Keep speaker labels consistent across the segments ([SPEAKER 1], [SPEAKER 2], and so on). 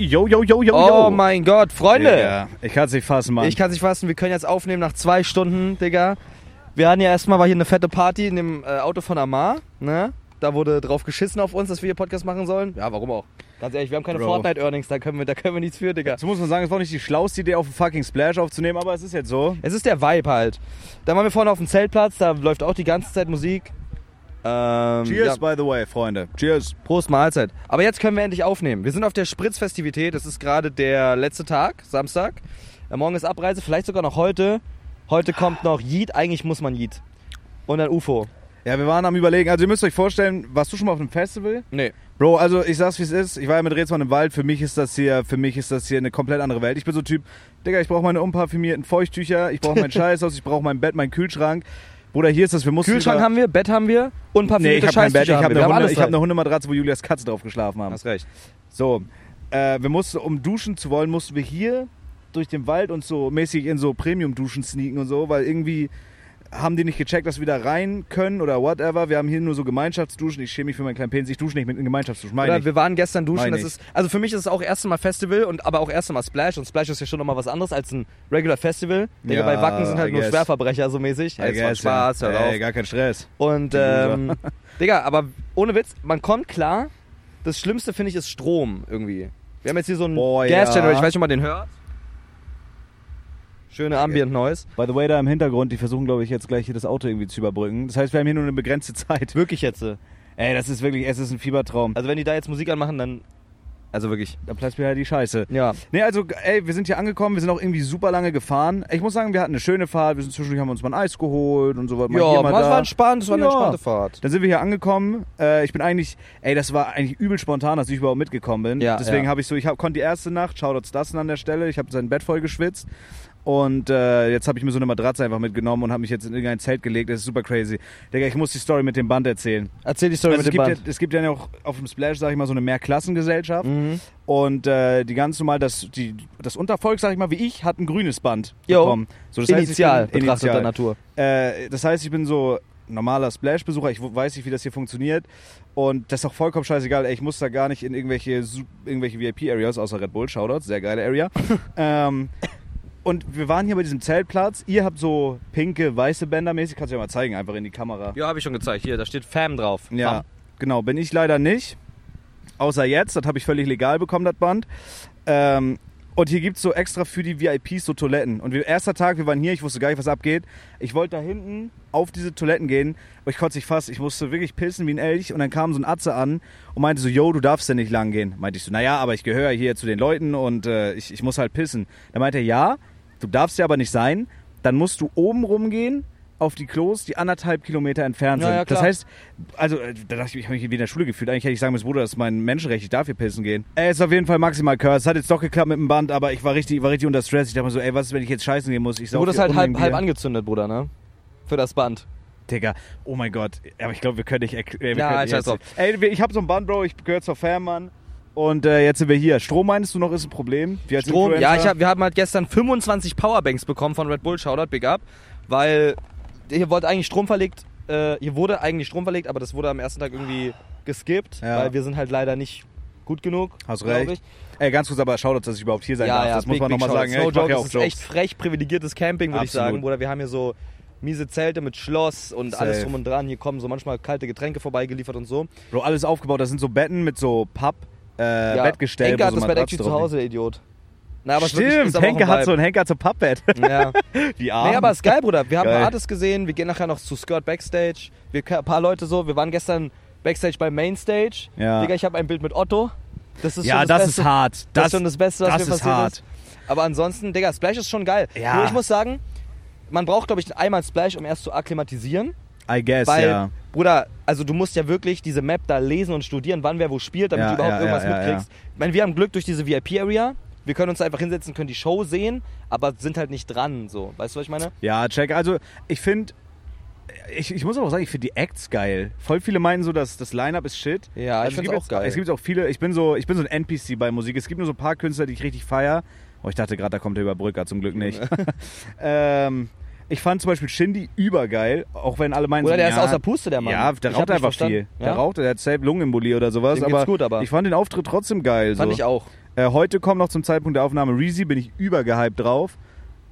[SPEAKER 1] Yo, yo, yo, yo,
[SPEAKER 2] Oh
[SPEAKER 1] yo.
[SPEAKER 2] mein Gott, Freunde.
[SPEAKER 1] Digga, ich kann es nicht fassen, Mann.
[SPEAKER 2] Ich kann nicht fassen, wir können jetzt aufnehmen nach zwei Stunden, Digga. Wir hatten ja erstmal war hier eine fette Party in dem äh, Auto von Amar, ne? Da wurde drauf geschissen auf uns, dass wir hier Podcast machen sollen. Ja, warum auch? Ganz ehrlich, wir haben keine
[SPEAKER 1] Bro.
[SPEAKER 2] Fortnite-Earnings, da können, wir, da können wir nichts für, Digga.
[SPEAKER 1] so muss man sagen, es war auch nicht die schlauste Idee, auf dem fucking Splash aufzunehmen, aber es ist jetzt so.
[SPEAKER 2] Es ist der Vibe halt. Dann waren wir vorne auf dem Zeltplatz, da läuft auch die ganze Zeit Musik. Ähm,
[SPEAKER 1] Cheers,
[SPEAKER 2] ja,
[SPEAKER 1] by the way, Freunde. Cheers.
[SPEAKER 2] Prost Mahlzeit. Aber jetzt können wir endlich aufnehmen. Wir sind auf der Spritzfestivität. Das ist gerade der letzte Tag, Samstag. Äh, Morgen ist Abreise, vielleicht sogar noch heute. Heute kommt noch Yeet. Eigentlich muss man Yeet. Und dann UFO.
[SPEAKER 1] Ja, wir waren am überlegen. Also ihr müsst euch vorstellen, warst du schon mal auf einem Festival?
[SPEAKER 2] Nee.
[SPEAKER 1] Bro, also ich sag's wie es ist. Ich war ja mit Rätsmann im Wald. Für mich ist das hier, für mich ist das hier eine komplett andere Welt. Ich bin so ein Typ, Digga, ich brauche meine unparfümierten Feuchttücher, ich brauche mein Scheißhaus, ich brauche mein Bett, meinen Kühlschrank. Bruder, hier ist das, wir mussten.
[SPEAKER 2] Kühlschrank
[SPEAKER 1] über-
[SPEAKER 2] haben wir, Bett haben wir und ein paar
[SPEAKER 1] Nee, ich hab kein Bett, ich habe eine, Hunde, ich hab eine Hundematratze, wo Julias Katze drauf geschlafen haben.
[SPEAKER 2] Hast recht.
[SPEAKER 1] So, äh, wir mussten, um duschen zu wollen, mussten wir hier durch den Wald und so mäßig in so Premium-Duschen sneaken und so, weil irgendwie haben die nicht gecheckt, dass wir da rein können oder whatever. Wir haben hier nur so Gemeinschaftsduschen. Ich schäme mich für meinen kleinen Penis. Ich dusche nicht mit einem Gemeinschaftsduschen, meine
[SPEAKER 2] Oder
[SPEAKER 1] ich.
[SPEAKER 2] wir waren gestern duschen.
[SPEAKER 1] Meine
[SPEAKER 2] Das
[SPEAKER 1] ich.
[SPEAKER 2] ist, also für mich ist es auch erst einmal Festival und aber auch erst einmal Splash. Und Splash ist ja schon nochmal was anderes als ein Regular Festival. Digga,
[SPEAKER 1] Ja,
[SPEAKER 2] bei Wacken sind halt
[SPEAKER 1] I
[SPEAKER 2] nur
[SPEAKER 1] guess.
[SPEAKER 2] Schwerverbrecher so mäßig. Jetzt macht
[SPEAKER 1] guess,
[SPEAKER 2] Spaß,
[SPEAKER 1] ja.
[SPEAKER 2] hör auf.
[SPEAKER 1] Ey, gar kein Stress.
[SPEAKER 2] Und
[SPEAKER 1] Loser.
[SPEAKER 2] ähm, Digga, aber ohne Witz, man kommt klar. Das Schlimmste finde ich ist Strom irgendwie. Wir haben jetzt hier so einen
[SPEAKER 1] Boah,
[SPEAKER 2] Gas
[SPEAKER 1] ja.
[SPEAKER 2] Generator, ich weiß nicht, ob man den hört. Schöne Ambient Noise.
[SPEAKER 1] By the way, da im Hintergrund, die versuchen, glaube ich, jetzt gleich hier das Auto irgendwie zu überbrücken. Das heißt, wir haben hier nur eine begrenzte Zeit.
[SPEAKER 2] Wirklich jetzt. äh.
[SPEAKER 1] Ey, das ist wirklich, es ist ein Fiebertraum.
[SPEAKER 2] Also wenn die da jetzt Musik anmachen, dann also wirklich.
[SPEAKER 1] Da platzt mir ja die Scheiße.
[SPEAKER 2] Ja.
[SPEAKER 1] Nee, also, ey, wir sind hier angekommen, wir sind auch irgendwie super lange gefahren. Ich muss sagen, wir hatten eine schöne Fahrt, wir sind zwischendurch, haben uns mal ein Eis geholt und so was. mal
[SPEAKER 2] Ja,
[SPEAKER 1] hier,
[SPEAKER 2] aber
[SPEAKER 1] mal
[SPEAKER 2] das
[SPEAKER 1] da.
[SPEAKER 2] war entspannt, das war eine
[SPEAKER 1] Ja.
[SPEAKER 2] entspannte Fahrt.
[SPEAKER 1] Dann sind wir hier angekommen. Äh, ich bin eigentlich, ey, das war eigentlich übel spontan, dass ich überhaupt mitgekommen bin.
[SPEAKER 2] Ja,
[SPEAKER 1] Deswegen
[SPEAKER 2] ja.
[SPEAKER 1] habe ich so, ich hab, konnte die erste Nacht, Shoutouts Dustin an der Stelle, ich habe sein Bett voll geschwitzt. Und äh, jetzt habe ich mir so eine Matratze einfach mitgenommen und habe mich jetzt in irgendein Zelt gelegt. Das ist super crazy. Digga, ich muss die Story mit dem Band erzählen.
[SPEAKER 2] Erzähl die Story
[SPEAKER 1] Also
[SPEAKER 2] mit
[SPEAKER 1] es,
[SPEAKER 2] dem
[SPEAKER 1] gibt ja,
[SPEAKER 2] Band.
[SPEAKER 1] es gibt ja auch auf dem Splash, sag ich mal, so eine Mehrklassengesellschaft.
[SPEAKER 2] Mhm.
[SPEAKER 1] Und äh, die ganz normal, das, die, das Untervolk, sag ich mal, wie ich, hat ein grünes Band
[SPEAKER 2] Jo.
[SPEAKER 1] bekommen. So, das heißt, ich
[SPEAKER 2] Initial
[SPEAKER 1] bin-
[SPEAKER 2] betrachteter
[SPEAKER 1] initial.
[SPEAKER 2] Natur.
[SPEAKER 1] Äh, das heißt, ich bin so normaler Splash-Besucher, ich w- weiß nicht, wie das hier funktioniert. Und das ist auch vollkommen scheißegal, ey, ich muss da gar nicht in irgendwelche, Su- irgendwelche VIP-Areas, außer Red Bull, Shoutouts, sehr geile Area. ähm, und wir waren hier bei diesem Zeltplatz. Ihr habt so pinke, weiße Bänder mäßig. Kannst du ja mal zeigen, einfach in die Kamera.
[SPEAKER 2] Ja, habe ich schon gezeigt. Hier, da steht Fam drauf.
[SPEAKER 1] Ja, genau. Bin ich leider nicht. Außer jetzt. Das habe ich völlig legal bekommen, das Band. Ähm, und hier gibt es so extra für die VIPs so Toiletten. Und wir, erster Tag, wir waren hier, ich wusste gar nicht, was abgeht. Ich wollte da hinten auf diese Toiletten gehen, aber ich konnte es nicht fassen. Ich musste wirklich pissen wie ein Elch. Und dann kam so ein Atze an und meinte so, yo, du darfst ja nicht lang gehen. Meinte ich so, naja, aber ich gehöre hier zu den Leuten und äh, ich, ich muss halt pissen. Dann meinte er, ja, du darfst ja aber nicht sein. Dann musst du oben rumgehen auf die Klos, die anderthalb Kilometer entfernt
[SPEAKER 2] Ja,
[SPEAKER 1] sind.
[SPEAKER 2] ja,
[SPEAKER 1] das
[SPEAKER 2] klar.
[SPEAKER 1] heißt, also, äh, da dachte ich, ich habe mich wie in der Schule gefühlt. Eigentlich hätte ich sagen müssen, Bruder, das ist mein Menschenrecht, ich darf hier pissen gehen. Ey, ist auf jeden Fall maximal Curse. Hat jetzt doch geklappt mit dem Band, aber ich war richtig, ich war richtig unter Stress. Ich dachte mir so, ey, was ist, wenn ich jetzt scheißen gehen muss? Ich
[SPEAKER 2] Du
[SPEAKER 1] sauf
[SPEAKER 2] wurdest
[SPEAKER 1] hier
[SPEAKER 2] halt halb,
[SPEAKER 1] Unmengen
[SPEAKER 2] halb
[SPEAKER 1] Bier.
[SPEAKER 2] angezündet, Bruder, ne? Für das Band.
[SPEAKER 1] Digga, oh mein Gott. Aber ich glaube, wir können nicht erklären.
[SPEAKER 2] Ja,
[SPEAKER 1] können nicht
[SPEAKER 2] scheiß drauf.
[SPEAKER 1] erzählen. Ey, wir- ich habe so ein Band, Bro, ich gehöre zur Fan, Mann. Und äh, jetzt sind wir hier. Strom meinst du noch, ist ein Problem? Wir als
[SPEAKER 2] Strom, ja, ich
[SPEAKER 1] Influencer?
[SPEAKER 2] hab, wir haben halt gestern 25 Powerbanks bekommen von Red Bull, Shoutout, Big Up, weil hier wurde eigentlich Strom verlegt, äh, hier wurde eigentlich Strom verlegt, aber das wurde am ersten Tag irgendwie geskippt,
[SPEAKER 1] Ja.
[SPEAKER 2] weil wir sind halt leider nicht gut genug.
[SPEAKER 1] Hast
[SPEAKER 2] glaub
[SPEAKER 1] recht.
[SPEAKER 2] ich.
[SPEAKER 1] Ey, ganz kurz, aber Shoutouts, dass ich überhaupt hier sein
[SPEAKER 2] Ja,
[SPEAKER 1] darf.
[SPEAKER 2] ja,
[SPEAKER 1] das muss
[SPEAKER 2] big,
[SPEAKER 1] man
[SPEAKER 2] big
[SPEAKER 1] nochmal
[SPEAKER 2] Shoutouts.
[SPEAKER 1] sagen.
[SPEAKER 2] No
[SPEAKER 1] ich mache
[SPEAKER 2] joke,
[SPEAKER 1] ja
[SPEAKER 2] das
[SPEAKER 1] auch
[SPEAKER 2] ist
[SPEAKER 1] Jokes.
[SPEAKER 2] echt frech privilegiertes Camping, würde ich
[SPEAKER 1] Absolut.
[SPEAKER 2] sagen. Oder wir haben hier so miese Zelte mit Schloss und
[SPEAKER 1] Safe.
[SPEAKER 2] alles drum und dran. Hier kommen so manchmal kalte Getränke vorbeigeliefert und so.
[SPEAKER 1] Bro, alles aufgebaut. Das sind so Betten mit so Papp. Äh, Bettgestell,
[SPEAKER 2] Henke
[SPEAKER 1] wo
[SPEAKER 2] hat
[SPEAKER 1] so
[SPEAKER 2] das Bett
[SPEAKER 1] Matratze drauf
[SPEAKER 2] actually zu
[SPEAKER 1] liegt.
[SPEAKER 2] Hause, der Idiot. Na, aber es ist wirklich-
[SPEAKER 1] Stimmt,
[SPEAKER 2] ist aber auch
[SPEAKER 1] Henke
[SPEAKER 2] ein
[SPEAKER 1] hat so
[SPEAKER 2] Vibe.
[SPEAKER 1] ein Henker zu Pappbett.
[SPEAKER 2] Ja.
[SPEAKER 1] Die
[SPEAKER 2] Nee,
[SPEAKER 1] Armen.
[SPEAKER 2] aber ist geil, Bruder. Wir haben
[SPEAKER 1] Geil.
[SPEAKER 2] Artists gesehen, wir gehen nachher noch zu Skirt Backstage. Wir ein paar Leute so, wir waren gestern Backstage bei Mainstage.
[SPEAKER 1] Ja.
[SPEAKER 2] Digga, ich habe ein Bild mit Otto. Das ist
[SPEAKER 1] ja,
[SPEAKER 2] schon
[SPEAKER 1] das,
[SPEAKER 2] das,
[SPEAKER 1] ist
[SPEAKER 2] Beste.
[SPEAKER 1] hart. Das,
[SPEAKER 2] Das, ist schon das Beste, was
[SPEAKER 1] das
[SPEAKER 2] mir
[SPEAKER 1] ist
[SPEAKER 2] passiert
[SPEAKER 1] hart.
[SPEAKER 2] ist. Aber ansonsten, Digga, Splash ist schon geil.
[SPEAKER 1] Ja.
[SPEAKER 2] Nur ich muss sagen, man braucht, glaube ich, einmal Splash, um erst zu akklimatisieren.
[SPEAKER 1] I guess,
[SPEAKER 2] Weil,
[SPEAKER 1] ja.
[SPEAKER 2] Bruder, also du musst ja wirklich diese Map da lesen und studieren, wann wer wo spielt, damit
[SPEAKER 1] Ja,
[SPEAKER 2] du überhaupt
[SPEAKER 1] ja,
[SPEAKER 2] irgendwas
[SPEAKER 1] ja, ja,
[SPEAKER 2] mitkriegst. Ich meine, wir haben Glück durch diese VIP-Area. Wir können uns da einfach hinsetzen, können die Show sehen, aber sind halt nicht dran. So, weißt du, was ich meine?
[SPEAKER 1] Ja, check. Also, ich finde. Ich, ich muss aber auch sagen, ich finde die Acts geil. Voll viele meinen so, dass das Line-Up ist shit.
[SPEAKER 2] Ja, ich
[SPEAKER 1] also, es
[SPEAKER 2] find's
[SPEAKER 1] gibt
[SPEAKER 2] auch
[SPEAKER 1] jetzt-
[SPEAKER 2] geil.
[SPEAKER 1] Es gibt auch viele, ich bin, so, ich bin so ein NPC bei Musik. Es gibt nur so ein paar Künstler, die ich richtig feier. Oh, ich dachte gerade, da kommt der Überbrücker, zum Glück nicht. ähm, ich fand zum Beispiel Shindy übergeil, auch wenn alle meinen
[SPEAKER 2] Oder
[SPEAKER 1] so,
[SPEAKER 2] der ist
[SPEAKER 1] ja,
[SPEAKER 2] außer Puste, der Mann.
[SPEAKER 1] Ja, der
[SPEAKER 2] Ich
[SPEAKER 1] raucht
[SPEAKER 2] hab nicht
[SPEAKER 1] einfach
[SPEAKER 2] verstanden.
[SPEAKER 1] viel.
[SPEAKER 2] Ja?
[SPEAKER 1] Der raucht, der hat safe Lungenembolie oder sowas.
[SPEAKER 2] Dem geht's
[SPEAKER 1] aber
[SPEAKER 2] gut, aber-
[SPEAKER 1] ich fand den Auftritt trotzdem geil.
[SPEAKER 2] Fand
[SPEAKER 1] so.
[SPEAKER 2] ich auch.
[SPEAKER 1] Äh, heute kommt noch zum Zeitpunkt der Aufnahme Reezy, bin ich übergehypt drauf.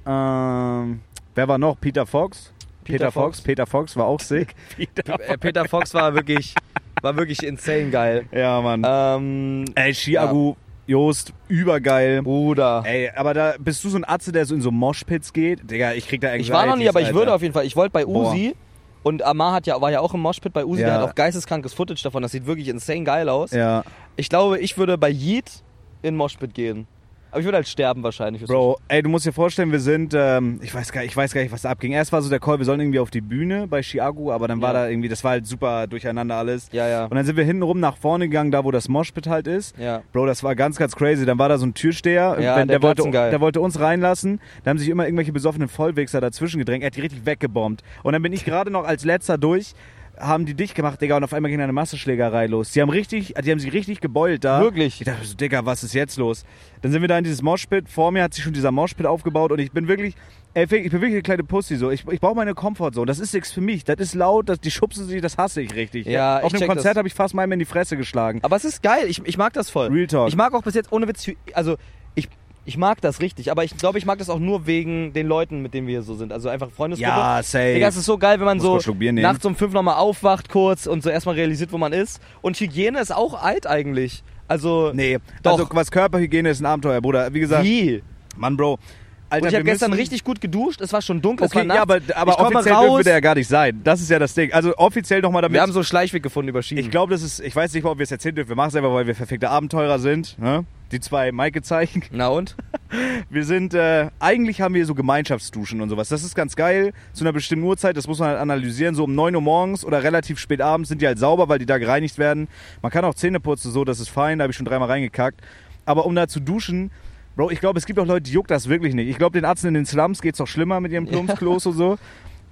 [SPEAKER 1] Ähm, wer war noch? Peter Fox.
[SPEAKER 2] Peter Fox.
[SPEAKER 1] Peter Fox war auch sick.
[SPEAKER 2] Äh, Peter Fox war wirklich, war wirklich insane geil.
[SPEAKER 1] Ja, Mann.
[SPEAKER 2] Ähm,
[SPEAKER 1] Ey, Chiago, Joost, übergeil.
[SPEAKER 2] Bruder.
[SPEAKER 1] Ey, aber da bist du so ein Atze, der so in so Moshpits geht? Digga, ich krieg da Anxieties,
[SPEAKER 2] Ich war noch nie, aber ich würde
[SPEAKER 1] Alter.
[SPEAKER 2] auf jeden Fall. Ich wollte bei Uzi und Amar hat ja, war ja auch im Moshpit bei Uzi,
[SPEAKER 1] Ja.
[SPEAKER 2] der hat auch geisteskrankes Footage davon. Das sieht wirklich insane geil aus.
[SPEAKER 1] Ja,
[SPEAKER 2] Ich glaube, ich würde bei Yeet in Moshpit gehen. Aber ich würde halt sterben wahrscheinlich.
[SPEAKER 1] Bro, ey, du musst dir vorstellen, wir sind, ähm, ich, weiß gar, ich weiß gar nicht, was da abging. Erst war so der Call, wir sollen irgendwie auf die Bühne bei Chiago, aber dann war
[SPEAKER 2] Ja.
[SPEAKER 1] da irgendwie, das war halt super durcheinander alles.
[SPEAKER 2] Ja, ja.
[SPEAKER 1] Und dann sind wir hintenrum nach vorne gegangen, da wo das Moshpit halt ist.
[SPEAKER 2] Ja.
[SPEAKER 1] Bro, das war ganz, ganz crazy. Dann war da so ein Türsteher,
[SPEAKER 2] Ja,
[SPEAKER 1] wenn,
[SPEAKER 2] der
[SPEAKER 1] der, wollte,
[SPEAKER 2] Glatzengeil.
[SPEAKER 1] der wollte uns reinlassen. Da haben sich immer irgendwelche besoffenen Vollwichser dazwischen gedrängt. Er hat die richtig weggebombt. Und dann bin ich gerade noch als letzter durch, haben die dicht gemacht, Digga, und auf einmal ging eine Massenschlägerei los. Die haben richtig, die haben sich richtig gebeult da.
[SPEAKER 2] Wirklich?
[SPEAKER 1] Ich dachte so, Digga, was ist jetzt los? Dann sind wir da in dieses Moshpit. Vor mir hat sich schon dieser Moshpit aufgebaut und ich bin wirklich, ey, ich bin wirklich eine kleine Pussy so. Ich, ich brauche meine Comfortzone. Das ist nichts für mich. Das ist laut, das, die schubsen sich, das hasse ich richtig.
[SPEAKER 2] Ja,
[SPEAKER 1] Auf
[SPEAKER 2] ich
[SPEAKER 1] dem
[SPEAKER 2] check
[SPEAKER 1] Konzert
[SPEAKER 2] das.
[SPEAKER 1] habe ich fast meinem in die Fresse geschlagen.
[SPEAKER 2] Aber es ist geil. Ich, ich mag das voll.
[SPEAKER 1] Real Talk.
[SPEAKER 2] Ich mag auch bis jetzt ohne Witz. Also ich, ich mag das richtig. Aber ich glaube, ich mag das auch nur wegen den Leuten, mit denen wir hier so sind. Also einfach Freundesgruppe.
[SPEAKER 1] Ja, safe.
[SPEAKER 2] Digga, es ist so geil, wenn man
[SPEAKER 1] Muss mal
[SPEAKER 2] so
[SPEAKER 1] einen Schluck Bier nehmen.
[SPEAKER 2] nachts um fünf nochmal aufwacht kurz und so erstmal realisiert, wo man ist. Und Hygiene ist auch alt eigentlich. Also
[SPEAKER 1] Nee,
[SPEAKER 2] Doch.
[SPEAKER 1] also was Körperhygiene ist ein Abenteuer, Bruder. Wie gesagt,
[SPEAKER 2] wie?
[SPEAKER 1] Mann, Bro. Alter,
[SPEAKER 2] Und ich habe
[SPEAKER 1] wir
[SPEAKER 2] gestern
[SPEAKER 1] müssen-
[SPEAKER 2] richtig gut geduscht. Es war schon dunkel. es war
[SPEAKER 1] Okay,
[SPEAKER 2] nachts.
[SPEAKER 1] ja, aber,
[SPEAKER 2] ich
[SPEAKER 1] aber
[SPEAKER 2] komme
[SPEAKER 1] offiziell dürfen wir
[SPEAKER 2] raus.
[SPEAKER 1] da ja gar nicht sein. Das ist ja das Ding. Also offiziell nochmal damit.
[SPEAKER 2] wir haben so einen Schleichweg gefunden über Schienen.
[SPEAKER 1] ich glaube, das ist. Ich weiß nicht mal, ob wir es erzählen dürfen. Wir machen es einfach, weil wir verfickte Abenteurer sind. Ne? Die zwei Maike-Zeichen.
[SPEAKER 2] Na und?
[SPEAKER 1] Wir sind, äh, eigentlich haben wir so Gemeinschaftsduschen und sowas. Das ist ganz geil. Zu einer bestimmten Uhrzeit, das muss man halt analysieren. So um 9 Uhr morgens oder relativ spät abends sind die halt sauber, weil die da gereinigt werden. Man kann auch Zähne putzen, so, das ist fein. Da habe ich schon dreimal reingekackt. Aber um da zu duschen, Bro, ich glaube, es gibt auch Leute, die juckt das wirklich nicht. Ich glaube, den Arzten in den Slums geht's doch schlimmer mit ihrem Plumpsklos und so.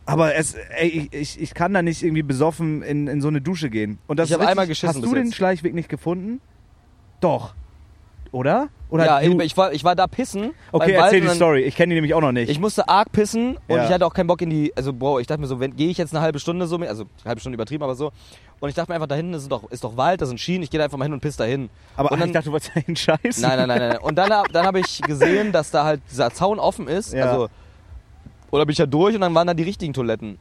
[SPEAKER 1] Aber es, ey, ich, ich, ich kann da nicht irgendwie besoffen in, in so eine Dusche gehen. Und das ist
[SPEAKER 2] Ich hab
[SPEAKER 1] richtig-
[SPEAKER 2] einmal geschissen
[SPEAKER 1] Hast
[SPEAKER 2] bis
[SPEAKER 1] du den
[SPEAKER 2] jetzt.
[SPEAKER 1] Schleichweg nicht gefunden? Doch. Oder? Oder
[SPEAKER 2] ja,
[SPEAKER 1] du?
[SPEAKER 2] ich war, ich war da pissen.
[SPEAKER 1] Okay,
[SPEAKER 2] beim Wald
[SPEAKER 1] erzähl
[SPEAKER 2] und
[SPEAKER 1] die
[SPEAKER 2] dann-
[SPEAKER 1] Story. Ich kenne die nämlich auch noch nicht.
[SPEAKER 2] Ich musste arg pissen und
[SPEAKER 1] Ja.
[SPEAKER 2] ich hatte auch keinen Bock in die. Also, Bro, ich dachte mir so, wenn gehe ich jetzt eine halbe Stunde so, also eine halbe Stunde übertrieben, aber so. Und ich dachte mir einfach, da hinten ist doch, ist doch Wald, da sind Schienen, ich gehe da einfach mal hin und pisse da hin.
[SPEAKER 1] aber
[SPEAKER 2] und
[SPEAKER 1] ach,
[SPEAKER 2] dann,
[SPEAKER 1] ich dachte, du wolltest einen Scheiß.
[SPEAKER 2] Nein, nein, nein, nein. nein. Und dann, hab- dann habe ich gesehen, dass da halt dieser Zaun offen ist.
[SPEAKER 1] Ja.
[SPEAKER 2] Also, oder bin ich da durch und dann waren da die richtigen Toiletten.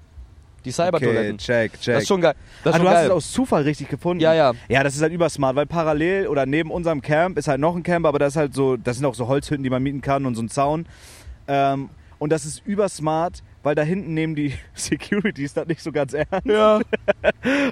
[SPEAKER 2] Die
[SPEAKER 1] Okay,
[SPEAKER 2] Cybertoiletten.
[SPEAKER 1] check, check.
[SPEAKER 2] das ist schon geil. Also Das
[SPEAKER 1] ah, du
[SPEAKER 2] ist schon
[SPEAKER 1] hast
[SPEAKER 2] geil.
[SPEAKER 1] es aus Zufall richtig gefunden.
[SPEAKER 2] Ja, ja.
[SPEAKER 1] Ja, das ist halt übersmart, weil parallel oder neben unserem Camp ist halt noch ein Camp, aber das ist halt so, das sind auch so Holzhütten, die man mieten kann und so ein Zaun. Ähm, und das ist übersmart, weil da hinten nehmen die Securities das nicht so ganz ernst.
[SPEAKER 2] ja.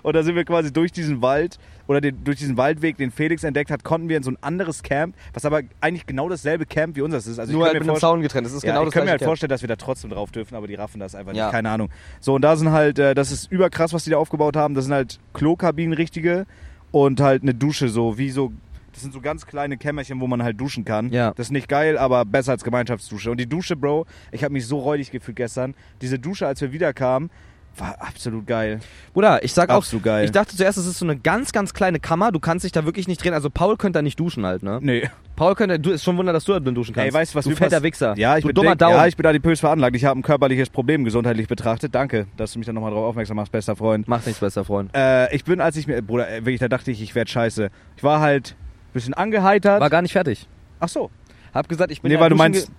[SPEAKER 1] Und da sind wir quasi durch diesen Wald oder den, durch diesen Waldweg, den Felix entdeckt hat, konnten wir in so ein anderes Camp, was aber eigentlich genau dasselbe Camp wie unseres ist. Also ich
[SPEAKER 2] Nur
[SPEAKER 1] kann
[SPEAKER 2] halt
[SPEAKER 1] mir
[SPEAKER 2] mit einem
[SPEAKER 1] vorstellen-
[SPEAKER 2] Zaun getrennt. Das ist
[SPEAKER 1] Ja,
[SPEAKER 2] genau
[SPEAKER 1] ich
[SPEAKER 2] das
[SPEAKER 1] kann mir halt
[SPEAKER 2] gleiche.
[SPEAKER 1] vorstellen, dass wir da trotzdem drauf dürfen, aber die raffen das einfach
[SPEAKER 2] Ja.
[SPEAKER 1] nicht. Keine Ahnung. So, und da sind halt, äh, das ist überkrass, was die da aufgebaut haben. Das sind halt Klokabinen richtige und halt eine Dusche, so wie so. Das sind so ganz kleine Kämmerchen, wo man halt duschen kann.
[SPEAKER 2] Ja.
[SPEAKER 1] Das ist nicht geil, aber besser als Gemeinschaftsdusche. Und die Dusche, Bro, ich habe mich so räudig gefühlt gestern. Diese Dusche, als wir wiederkamen, war absolut geil.
[SPEAKER 2] Bruder, ich sag auch,
[SPEAKER 1] Absolut geil.
[SPEAKER 2] ich dachte zuerst, es ist so eine ganz, ganz kleine Kammer, du kannst dich da wirklich nicht drehen. Also Paul könnte da nicht duschen halt, ne?
[SPEAKER 1] Nee.
[SPEAKER 2] Paul könnte, du ist schon Wunder, dass du da drin duschen kannst.
[SPEAKER 1] Ey, weißt du, was
[SPEAKER 2] du
[SPEAKER 1] mir
[SPEAKER 2] fetter
[SPEAKER 1] pass-
[SPEAKER 2] Wichser.
[SPEAKER 1] Ja, ich
[SPEAKER 2] du
[SPEAKER 1] bin
[SPEAKER 2] dummer
[SPEAKER 1] dick.
[SPEAKER 2] Down.
[SPEAKER 1] Ja, ich bin adipös veranlagt. Ich habe ein körperliches Problem, gesundheitlich betrachtet. Danke, dass du mich da nochmal drauf aufmerksam machst, bester Freund.
[SPEAKER 2] Macht nichts besser, Freund.
[SPEAKER 1] Äh, ich bin, als ich mir, Bruder, äh, wirklich, da dachte ich, ich werd scheiße. Ich war halt ein bisschen angeheitert.
[SPEAKER 2] War gar nicht fertig.
[SPEAKER 1] Ach so.
[SPEAKER 2] Hab gesagt, ich bin
[SPEAKER 1] Nee,
[SPEAKER 2] da
[SPEAKER 1] weil du
[SPEAKER 2] duschen
[SPEAKER 1] meinst-
[SPEAKER 2] ge-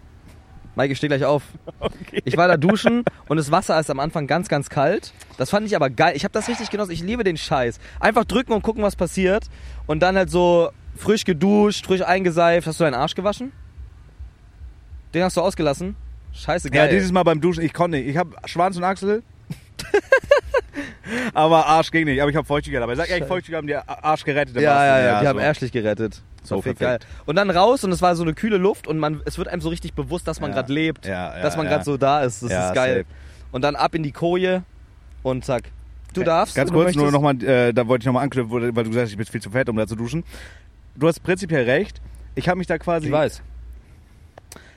[SPEAKER 2] Mike, ich steh gleich auf. Ich war da duschen und das Wasser ist am Anfang ganz, ganz kalt. Das fand ich aber geil. Ich habe das richtig genossen. Ich liebe den Scheiß. Einfach drücken und gucken, was passiert. Und dann halt so frisch geduscht, frisch eingeseift. Hast du deinen Arsch gewaschen? Den hast du ausgelassen? Scheiße, geil.
[SPEAKER 1] Ja, dieses Mal beim Duschen, ich konnte nicht. Ich habe Schwanz und Achsel. aber Arsch ging nicht. Aber ich habe Feuchtiger dabei. Sag ehrlich,
[SPEAKER 2] Scheiße.
[SPEAKER 1] Feuchtiger haben dir Arsch gerettet. im
[SPEAKER 2] Ja,
[SPEAKER 1] wahrsten
[SPEAKER 2] ja,
[SPEAKER 1] Sinne.
[SPEAKER 2] ja, die
[SPEAKER 1] so.
[SPEAKER 2] haben Ashley gerettet.
[SPEAKER 1] So
[SPEAKER 2] So perfekt. geil.
[SPEAKER 1] perfekt.
[SPEAKER 2] Und dann raus und es war so eine kühle Luft und man, es wird einem so richtig bewusst, dass man
[SPEAKER 1] Ja.
[SPEAKER 2] grad gerade lebt,
[SPEAKER 1] Ja, ja,
[SPEAKER 2] dass man
[SPEAKER 1] ja.
[SPEAKER 2] grad gerade so da ist. Das
[SPEAKER 1] Ja,
[SPEAKER 2] ist geil.
[SPEAKER 1] safe. Äh,
[SPEAKER 2] Und dann ab in die Koje und zack. Du darfst.
[SPEAKER 1] Ganz
[SPEAKER 2] du
[SPEAKER 1] kurz,
[SPEAKER 2] möchtest.
[SPEAKER 1] nur nochmal, äh, da wollte ich nochmal anknüpfen, wo- weil du gesagt hast, ich bin viel zu fett, um da zu duschen. Du hast prinzipiell recht. Ich habe mich da quasi
[SPEAKER 2] Ich weiß.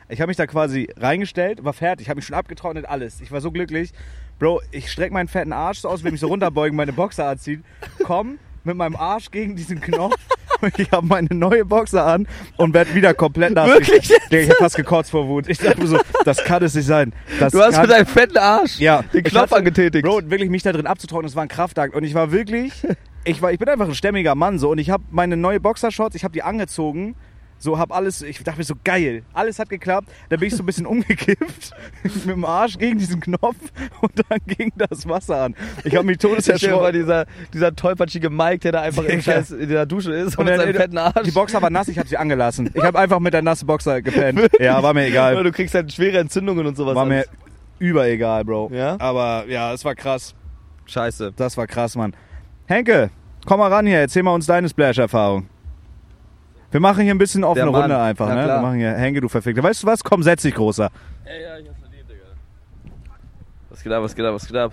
[SPEAKER 1] Ich habe mich da quasi reingestellt, war fertig, habe mich schon abgetrocknet, alles. Ich war so glücklich. Bro, ich strecke meinen fetten Arsch so aus, will mich so runterbeugen, meine Boxer anziehen, komm mit meinem Arsch gegen diesen Knopf und ich habe meine neue Boxer an und werd wieder komplett nass.
[SPEAKER 2] Wirklich
[SPEAKER 1] Ich, Digga, ich hab fast gekotzt vor Wut. Ich dachte mir so, das kann es nicht sein. Das
[SPEAKER 2] Du hast
[SPEAKER 1] kann,
[SPEAKER 2] mit deinem fetten Arsch
[SPEAKER 1] ja,
[SPEAKER 2] den
[SPEAKER 1] Ich
[SPEAKER 2] Knopf
[SPEAKER 1] hatte-
[SPEAKER 2] angetätigt.
[SPEAKER 1] Bro, wirklich mich da drin abzutrocknen, das war ein Kraftakt. Und ich war wirklich, ich, war, ich bin einfach ein stämmiger Mann so. Und ich habe meine neue Boxershorts, ich habe die angezogen So, hab alles, ich dachte mir so, geil, alles hat geklappt. Dann bin ich so ein bisschen umgekippt, mit dem Arsch gegen diesen Knopf und dann ging das Wasser an. Ich habe mich
[SPEAKER 2] Das ist
[SPEAKER 1] todeserschrocken.
[SPEAKER 2] dieser, dieser tollpatschige Mike, der da einfach im
[SPEAKER 1] Digga.
[SPEAKER 2] Scheiß in der Dusche ist und,
[SPEAKER 1] Und
[SPEAKER 2] mit
[SPEAKER 1] dann,
[SPEAKER 2] seinem
[SPEAKER 1] äh,
[SPEAKER 2] fetten Arsch.
[SPEAKER 1] Die Boxer war nass, ich habe sie angelassen. Ich habe einfach mit der nassen Boxer gepennt. Ja, war mir egal.
[SPEAKER 2] Oder du kriegst halt schwere Entzündungen und sowas.
[SPEAKER 1] War mir
[SPEAKER 2] alles.
[SPEAKER 1] überegal, Bro.
[SPEAKER 2] Ja?
[SPEAKER 1] Aber ja, es war krass.
[SPEAKER 2] Scheiße.
[SPEAKER 1] Das war krass, Mann. Henke, komm mal ran hier, erzähl mal uns deine Splash-Erfahrung. Wir machen hier ein bisschen offene
[SPEAKER 2] Der Mann.
[SPEAKER 1] Runde einfach,
[SPEAKER 2] Na
[SPEAKER 1] ne?
[SPEAKER 2] klar.
[SPEAKER 1] Wir machen hier, Henke, du Verfickter. Weißt du was? Komm, setz dich, Großer.
[SPEAKER 3] Ey, ja, ich hab's verdient, Digga. Was geht ab, was geht ab, was geht ab?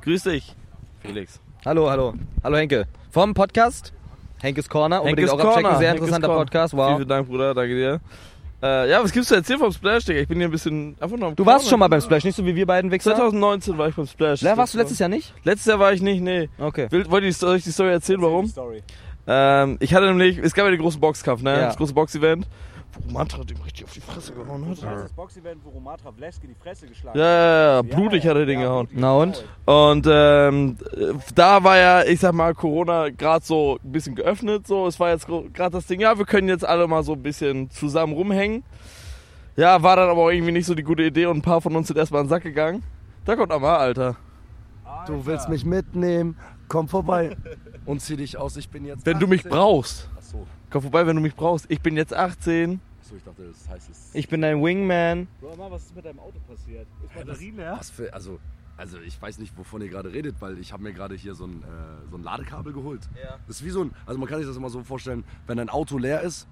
[SPEAKER 3] Grüß dich, Felix.
[SPEAKER 2] Hallo, hallo. Hallo Henke. Vom Podcast Henkes Corner. Unbedingt
[SPEAKER 3] Henkes
[SPEAKER 2] auch abchecken. Sehr
[SPEAKER 3] Henkes
[SPEAKER 2] interessanter
[SPEAKER 3] Corner.
[SPEAKER 2] Podcast.
[SPEAKER 3] Vielen,
[SPEAKER 2] Wow.
[SPEAKER 3] vielen Dank, Bruder, danke dir. Äh, ja, was gibst du erzählen vom Splash, Digga? Ich bin hier ein bisschen einfach nur am
[SPEAKER 2] Du warst schon mal beim Splash, nicht so wie wir beiden Wichser.
[SPEAKER 3] 2019 war ich beim Splash.
[SPEAKER 2] Ja, warst du letztes Jahr nicht?
[SPEAKER 3] Letztes Jahr war ich nicht, nee.
[SPEAKER 2] Okay.
[SPEAKER 3] Will, wollt ihr die, soll ich die Story erzählen, warum? Ähm, ich hatte nämlich, es gab ja den großen Boxkampf, ne?
[SPEAKER 2] Ja.
[SPEAKER 3] Das große Box-Event. Wo Mantra dem richtig auf die Fresse gehauen hat. Ja,
[SPEAKER 1] Boxevent, wo Romar Travleski die Fresse geschlagen
[SPEAKER 3] ja, ja, blutig hat er den gehauen.
[SPEAKER 2] Na und?
[SPEAKER 3] Und ähm, äh, da war ja, ich sag mal, Corona gerade so ein bisschen geöffnet. So, es war jetzt gerade das Ding, ja, wir können jetzt alle mal so ein bisschen zusammen rumhängen. Ja, war dann aber auch irgendwie nicht so die gute Idee und ein paar von uns sind erstmal in den Sack gegangen. Da kommt Amar, Alter.
[SPEAKER 4] Du willst mich mitnehmen, komm vorbei und zieh dich aus. Ich bin jetzt.
[SPEAKER 3] Wenn du mich
[SPEAKER 4] 18.
[SPEAKER 3] brauchst,
[SPEAKER 4] Achso,
[SPEAKER 3] komm vorbei, wenn du mich brauchst. Ich bin jetzt 18.
[SPEAKER 4] achso, ich dachte, das heißt es.
[SPEAKER 2] Ich bin dein Wingman.
[SPEAKER 1] Romar, was ist mit deinem Auto passiert? Ist Batterie leer?
[SPEAKER 4] Was für, also, also ich weiß nicht, wovon ihr gerade redet, weil ich habe mir gerade hier so ein, äh, so ein Ladekabel geholt.
[SPEAKER 3] Ja.
[SPEAKER 4] Das ist wie so ein, also man kann sich das immer so vorstellen, wenn dein Auto leer ist,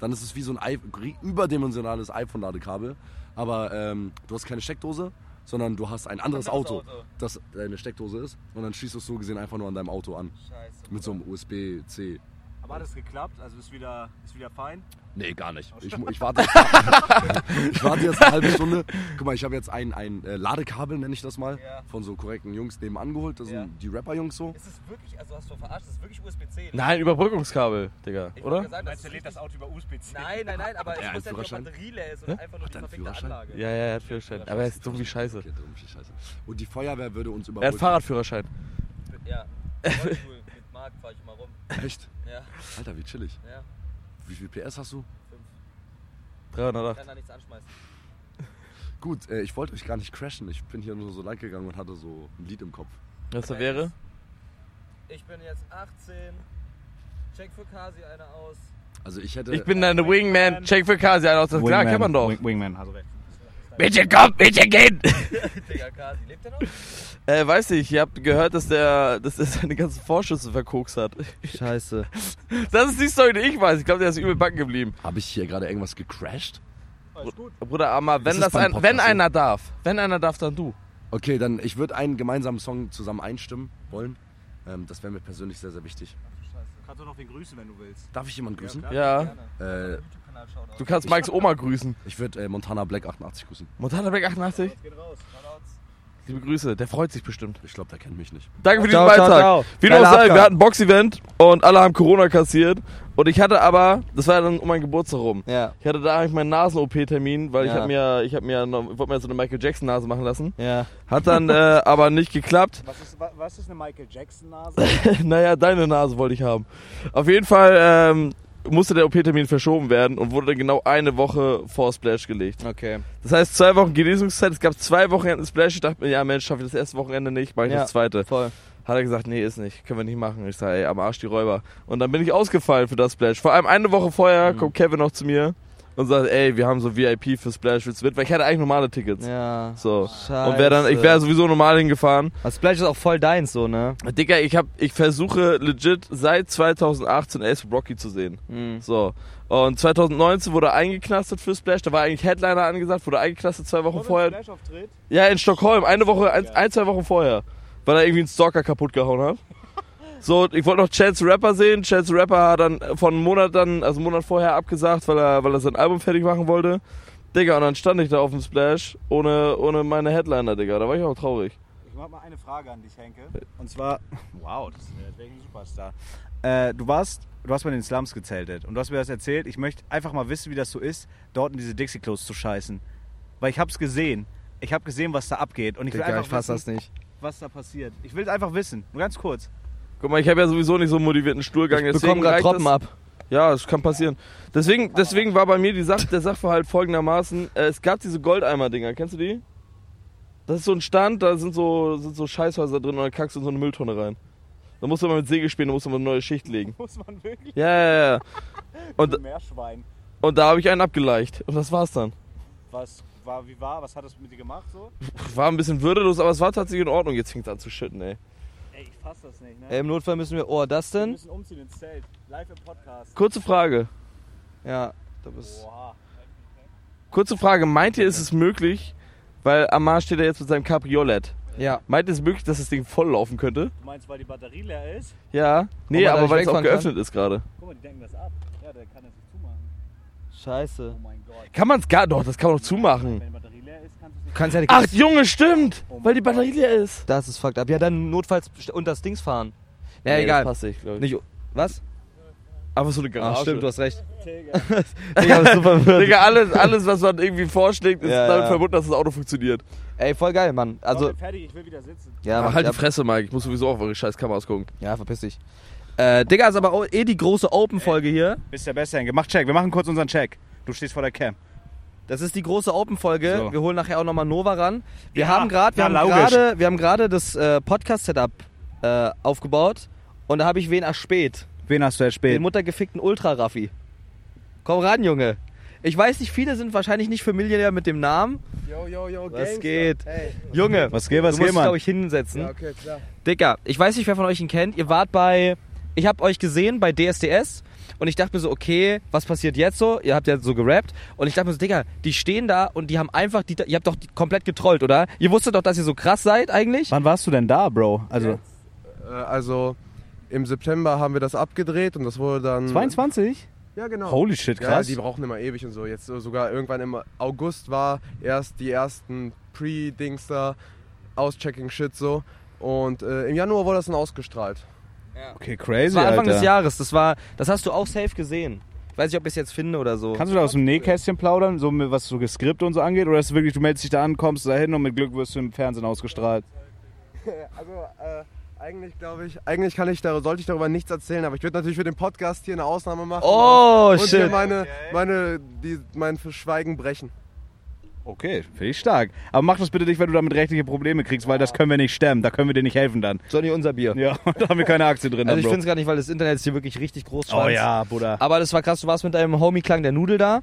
[SPEAKER 4] dann ist es wie so ein I überdimensionales iPhone-Ladekabel. Aber ähm, du hast keine Steckdose, sondern du hast ein anderes Auto, das deine Steckdose ist. Und dann schießt du es so gesehen einfach nur an deinem Auto an.
[SPEAKER 1] Scheiße.
[SPEAKER 4] Mit so einem USB-C.
[SPEAKER 1] Aber hat es geklappt? Also ist wieder, ist wieder fein?
[SPEAKER 4] Nee, gar nicht. Ich, mu- ich, warte, ich warte jetzt eine halbe Stunde. Guck mal, ich habe jetzt ein, ein äh, Ladekabel, nenne ich das mal,
[SPEAKER 1] Ja.
[SPEAKER 4] von so korrekten Jungs nebenan geholt. Das sind
[SPEAKER 1] Ja.
[SPEAKER 4] die Rapper-Jungs so.
[SPEAKER 1] Ist es wirklich, also hast du verarscht, ist es wirklich USB-C?
[SPEAKER 3] Nein, Überbrückungskabel, Digga, oder?
[SPEAKER 1] du, lädt das Auto über USB-C? Nein, nein, nein,
[SPEAKER 4] Hat
[SPEAKER 1] aber
[SPEAKER 4] er einen Führerschein?
[SPEAKER 1] leer ist und einfach nur
[SPEAKER 4] er einen Führerschein?
[SPEAKER 3] Ja, ja, er hat Führerschein. Aber er ist dumm wie Scheiße.
[SPEAKER 4] Okay, dumm, shit, scheiße. Und die Feuerwehr würde uns
[SPEAKER 3] Er
[SPEAKER 4] überholen.
[SPEAKER 3] hat Fahrradführerschein.
[SPEAKER 5] Ja. Rollstuhl. Mit Marc fahre ich immer rum.
[SPEAKER 4] Echt?
[SPEAKER 5] Ja.
[SPEAKER 4] Alter, wie chillig.
[SPEAKER 5] Ja.
[SPEAKER 4] Wie viel PS hast du?
[SPEAKER 3] 308.
[SPEAKER 5] Kann da nichts anschmeißen.
[SPEAKER 4] Gut, äh, ich wollte euch gar nicht crashen. Ich bin hier nur so lang gegangen und hatte so ein Lied im Kopf.
[SPEAKER 3] Was da wäre?
[SPEAKER 5] Ich bin jetzt 18. Check für Kasi eine aus.
[SPEAKER 4] Also ich hätte...
[SPEAKER 3] Ich bin deine Wingman. Check für Kasi ein aus. Das Also klar, kann man doch.
[SPEAKER 1] Wing, Wingman, hast du recht.
[SPEAKER 3] Mädchen kommt, Mädchen geht.
[SPEAKER 5] Digga, Kasi. Lebt er noch?
[SPEAKER 3] Äh, weiß nicht, ihr habt gehört, dass der, dass der seine ganzen Vorschüsse verkokst hat.
[SPEAKER 2] Scheiße.
[SPEAKER 3] Das ist die Story, die ich weiß. Ich glaube, der ist übel backen geblieben.
[SPEAKER 4] Habe ich hier gerade irgendwas gecrashed?
[SPEAKER 3] Bruder Amar, wenn,
[SPEAKER 4] ist
[SPEAKER 3] das
[SPEAKER 4] beim
[SPEAKER 3] ein,
[SPEAKER 4] Podcast
[SPEAKER 3] wenn
[SPEAKER 4] so.
[SPEAKER 3] einer darf, wenn einer darf, dann du.
[SPEAKER 4] Okay, dann ich würde einen gemeinsamen Song zusammen einstimmen wollen. Ähm, das wäre mir persönlich sehr, sehr wichtig.
[SPEAKER 1] Kannst du noch den grüßen, wenn du willst.
[SPEAKER 4] Darf ich jemanden grüßen?
[SPEAKER 3] Ja.
[SPEAKER 4] Äh,
[SPEAKER 5] YouTube-Kanal schaut aus.
[SPEAKER 3] Du kannst Mikes Oma grüßen.
[SPEAKER 4] ich würde äh, Montana Black 88 grüßen.
[SPEAKER 3] Montana Beck 88. Liebe Grüße, der freut sich bestimmt.
[SPEAKER 4] Ich glaube, der kennt mich nicht.
[SPEAKER 3] Danke für diesen
[SPEAKER 2] Ciao, ciao,
[SPEAKER 3] Beitrag.
[SPEAKER 2] ciao.
[SPEAKER 3] Wie du
[SPEAKER 2] Geiler
[SPEAKER 3] auch sagst, wir
[SPEAKER 2] Abgang.
[SPEAKER 3] hatten ein Box-Event und alle haben Corona kassiert. Und ich hatte aber, das war ja dann um meinen Geburtstag rum.
[SPEAKER 2] Ja.
[SPEAKER 3] Ich hatte da eigentlich meinen Nasen-OP-Termin, weil ich
[SPEAKER 2] Ja.
[SPEAKER 3] habe mir, ich habe mir, noch- ich wollte mir so eine Michael Jackson-Nase machen lassen.
[SPEAKER 2] Ja.
[SPEAKER 3] Hat dann äh, aber nicht geklappt.
[SPEAKER 1] Was ist, wa- was ist eine Michael Jackson-Nase?
[SPEAKER 3] naja, deine Nase wollte ich haben. Auf jeden Fall ähm, musste der OP-Termin verschoben werden und wurde dann genau eine Woche vor Splash gelegt.
[SPEAKER 2] Okay.
[SPEAKER 3] Das heißt, zwei Wochen Genesungszeit. Es gab zwei Wochenenden Splash. Ich dachte mir, ja Mensch, schaffe ich das erste Wochenende nicht, mache ich
[SPEAKER 2] Ja.
[SPEAKER 3] das zweite.
[SPEAKER 2] Voll.
[SPEAKER 3] Hat er gesagt, nee, ist nicht. Können wir nicht machen. Ich sage, ey, am Arsch die Räuber. Und dann bin ich ausgefallen für das Splash. Vor allem eine Woche vorher
[SPEAKER 2] Mhm.
[SPEAKER 3] kommt Kevin noch zu mir und sagt, ey, wir haben so VIP für Splash, willst du mit? Weil ich hatte eigentlich normale Tickets.
[SPEAKER 2] Ja.
[SPEAKER 3] So.
[SPEAKER 2] Scheiße.
[SPEAKER 3] Und wäre dann, ich wäre sowieso normal hingefahren.
[SPEAKER 2] Das Splash ist auch voll deins, so, ne?
[SPEAKER 3] Digga, ich hab, ich versuche legit seit 2018 Ace Rocky zu sehen.
[SPEAKER 2] Mhm.
[SPEAKER 3] So. Und 2019 wurde er eingeknastet für Splash. Da war eigentlich Headliner angesagt, wurde eingeknastet zwei Wochen vorher.
[SPEAKER 1] Flash-Auftritt?
[SPEAKER 3] Ja, in Stockholm. Eine Woche, ein, ein zwei Wochen vorher. Weil er irgendwie einen Stalker kaputt gehauen hat. So, ich wollte noch Chance the Rapper sehen. Chance the Rapper hat dann von einem Monat dann, also einen Monat vorher abgesagt, weil er, weil er sein Album fertig machen wollte. Digga, und dann stand ich da auf dem Splash ohne, ohne meine Headliner, Digga. Da war ich auch traurig.
[SPEAKER 1] Ich habe mal eine Frage an dich, Henke. Und zwar, wow, das wäre wär ein Superstar. Äh, du warst, du hast mal in den Slums gezeltet und du hast mir das erzählt. Ich möchte einfach mal wissen, wie das so ist, dort in diese Dixie-Klos zu scheißen. Weil ich hab's gesehen. Ich habe gesehen, was da abgeht. Und ich will
[SPEAKER 2] Digga,
[SPEAKER 1] einfach
[SPEAKER 2] ich fass
[SPEAKER 1] wissen,
[SPEAKER 2] das nicht.
[SPEAKER 1] was da passiert. Ich will es einfach wissen. Nur ganz kurz.
[SPEAKER 3] Guck mal, ich habe ja sowieso nicht so einen motivierten Stuhlgang.
[SPEAKER 2] Ich bekomme
[SPEAKER 3] deswegen
[SPEAKER 2] gerade
[SPEAKER 3] reicht
[SPEAKER 2] Troppen
[SPEAKER 3] das-
[SPEAKER 2] ab.
[SPEAKER 3] Ja, das kann passieren. Deswegen, deswegen war bei mir die Sach der Sachverhalt folgendermaßen: äh, Es gab diese Goldeimer-Dinger, kennst du die? Das ist so ein Stand, da sind so, sind so Scheißhäuser drin und dann kackst du in so eine Mülltonne rein. Da musst du immer mit Säge spielen, da musst du immer eine neue Schicht legen.
[SPEAKER 6] Muss man wirklich
[SPEAKER 3] Ja, ja, ja. Und,
[SPEAKER 6] ein Meerschwein.
[SPEAKER 3] und da habe ich einen abgeleicht. Und das war's dann.
[SPEAKER 6] Was war, wie war, was hat das mit dir gemacht so?
[SPEAKER 3] War ein bisschen würdelos, aber es war tatsächlich in Ordnung. Jetzt fängt an zu schütten, ey.
[SPEAKER 6] Ey, ich fass das nicht, ne?
[SPEAKER 2] Ey, Im Notfall müssen wir. Oh, das
[SPEAKER 6] Wir
[SPEAKER 2] denn?
[SPEAKER 6] müssen umziehen ins Zelt. Live im Podcast.
[SPEAKER 3] Kurze Frage.
[SPEAKER 2] Ja, da bist
[SPEAKER 6] Boah.
[SPEAKER 3] Kurze Frage. Meint ihr, ist es möglich, weil Amar steht ja jetzt mit seinem Cabriolet.
[SPEAKER 2] Ja.
[SPEAKER 3] Meint ihr, es ist möglich, dass das Ding voll laufen könnte?
[SPEAKER 6] Du meinst, weil die Batterie leer ist?
[SPEAKER 3] Ja.
[SPEAKER 2] Und man
[SPEAKER 3] Nee,
[SPEAKER 2] da
[SPEAKER 3] aber
[SPEAKER 2] nicht
[SPEAKER 3] weil es auch
[SPEAKER 2] wegfahren kann?
[SPEAKER 3] geöffnet ist gerade.
[SPEAKER 6] Guck mal, die denken das ab. Ja, der kann das nicht zumachen.
[SPEAKER 2] Scheiße.
[SPEAKER 6] Oh mein Gott.
[SPEAKER 3] Kann man es gar doch, das kann man doch
[SPEAKER 6] Wenn
[SPEAKER 3] zumachen.
[SPEAKER 6] die Batterie leer ist, kannst du es nicht.
[SPEAKER 2] Du kannst ja nicht.
[SPEAKER 3] Ach Junge, stimmt! Weil die Batterie leer ist.
[SPEAKER 2] Das ist fucked up. Ja, dann notfalls st- unter das Dings fahren. Ja,
[SPEAKER 3] Nee,
[SPEAKER 2] egal.
[SPEAKER 3] das Passt nicht, glaub ich.
[SPEAKER 2] Nicht. Was?
[SPEAKER 3] Einfach so eine Garage.
[SPEAKER 2] Ach, stimmt, du hast recht.
[SPEAKER 6] Digga.
[SPEAKER 2] Digga, bist du verwirrt.
[SPEAKER 3] Digga, alles, alles, was man irgendwie vorschlägt, ist
[SPEAKER 2] Ja,
[SPEAKER 3] damit
[SPEAKER 2] ja.
[SPEAKER 3] verbunden, dass das Auto funktioniert.
[SPEAKER 2] Ey, voll geil, Mann. Also,
[SPEAKER 6] Leute, fertig, ich will wieder sitzen.
[SPEAKER 2] ja,
[SPEAKER 3] Ach,
[SPEAKER 2] mach
[SPEAKER 3] halt
[SPEAKER 2] dich
[SPEAKER 3] die
[SPEAKER 2] ab.
[SPEAKER 3] Fresse, Mike. Ich muss sowieso auf eure scheiß Kameras gucken.
[SPEAKER 2] Ja, verpiss dich. Äh, Digga, ist aber auch eh die große Open-Folge hier.
[SPEAKER 1] Bist ja besser hinge. Mach Check. Wir machen kurz unseren Check. Du stehst vor der Cam.
[SPEAKER 2] Das ist die große Open-Folge.
[SPEAKER 1] So.
[SPEAKER 2] Wir holen nachher auch nochmal Nova ran. Wir
[SPEAKER 1] Ja,
[SPEAKER 2] haben gerade, wir,
[SPEAKER 1] na,
[SPEAKER 2] haben
[SPEAKER 1] logisch.
[SPEAKER 2] gerade- wir haben gerade das äh, Podcast-Setup äh, aufgebaut und da habe ich wen erspäht.
[SPEAKER 1] Wen hast du jetzt
[SPEAKER 2] Den
[SPEAKER 1] spät?
[SPEAKER 2] muttergefickten Ultra-Raffi. Komm ran, Junge. Ich weiß nicht, viele sind wahrscheinlich nicht familiär mit dem Namen.
[SPEAKER 7] Yo, yo, yo,
[SPEAKER 2] Was
[SPEAKER 7] Gangster.
[SPEAKER 2] geht?
[SPEAKER 7] Hey.
[SPEAKER 2] Junge,
[SPEAKER 1] Was geht, was
[SPEAKER 2] du musst
[SPEAKER 1] geht,
[SPEAKER 2] dich, glaube
[SPEAKER 1] Mann?
[SPEAKER 2] ich, hinsetzen.
[SPEAKER 7] Ja, okay, klar.
[SPEAKER 2] Dicker, ich weiß nicht, wer von euch ihn kennt. Ihr wart bei. Ich hab euch gesehen bei DSDS und ich dachte mir so, okay, was passiert jetzt so? Ihr habt ja so gerappt und ich dachte mir so, Digga, die stehen da und die haben einfach. Die, ihr habt doch die, komplett getrollt, oder? Ihr wusstet doch, dass ihr so krass seid eigentlich.
[SPEAKER 1] Wann warst du denn da, Bro? Also
[SPEAKER 2] Hm.
[SPEAKER 7] Äh, also im September haben wir das abgedreht und das wurde dann.
[SPEAKER 1] 22?
[SPEAKER 7] Ja, genau.
[SPEAKER 1] Holy shit,
[SPEAKER 7] Ja,
[SPEAKER 1] krass.
[SPEAKER 7] die brauchen immer ewig und so. Jetzt so sogar irgendwann im August war erst die ersten Pre-Dings da, Auschecking-Shit so. Und äh, im Januar wurde das dann ausgestrahlt.
[SPEAKER 1] Okay,
[SPEAKER 2] Das
[SPEAKER 1] crazy,
[SPEAKER 2] war Anfang
[SPEAKER 1] Alter.
[SPEAKER 2] des Jahres. Das war. Das hast du auch safe gesehen. Ich weiß nicht, ob ich es jetzt finde oder so.
[SPEAKER 1] Kannst du da aus dem Nähkästchen plaudern, so mit, was so Skript und so angeht? Oder ist es wirklich, du meldest dich da an, kommst da hin und mit Glück wirst du im Fernsehen ausgestrahlt?
[SPEAKER 7] Also, äh, eigentlich glaube ich, eigentlich kann ich da, sollte ich darüber nichts erzählen, aber ich würde natürlich für den Podcast hier eine Ausnahme machen.
[SPEAKER 2] Oh,
[SPEAKER 7] und hier
[SPEAKER 2] shit.
[SPEAKER 7] meine, meine, die, mein Verschweigen brechen.
[SPEAKER 1] Okay, finde ich stark. Aber mach das bitte nicht, wenn du damit rechtliche Probleme kriegst, weil das können wir nicht stemmen. Da können wir dir nicht helfen dann.
[SPEAKER 2] Sonny, unser Bier.
[SPEAKER 1] Ja, da haben wir keine Aktie drin.
[SPEAKER 2] Also ich
[SPEAKER 1] dann,
[SPEAKER 2] finde es Also gar nicht, weil das Internet ist hier wirklich richtig groß.
[SPEAKER 1] Bro. Oh ja, Bruder.
[SPEAKER 2] Aber das war krass. Du warst mit deinem Homie Klang der Nudel da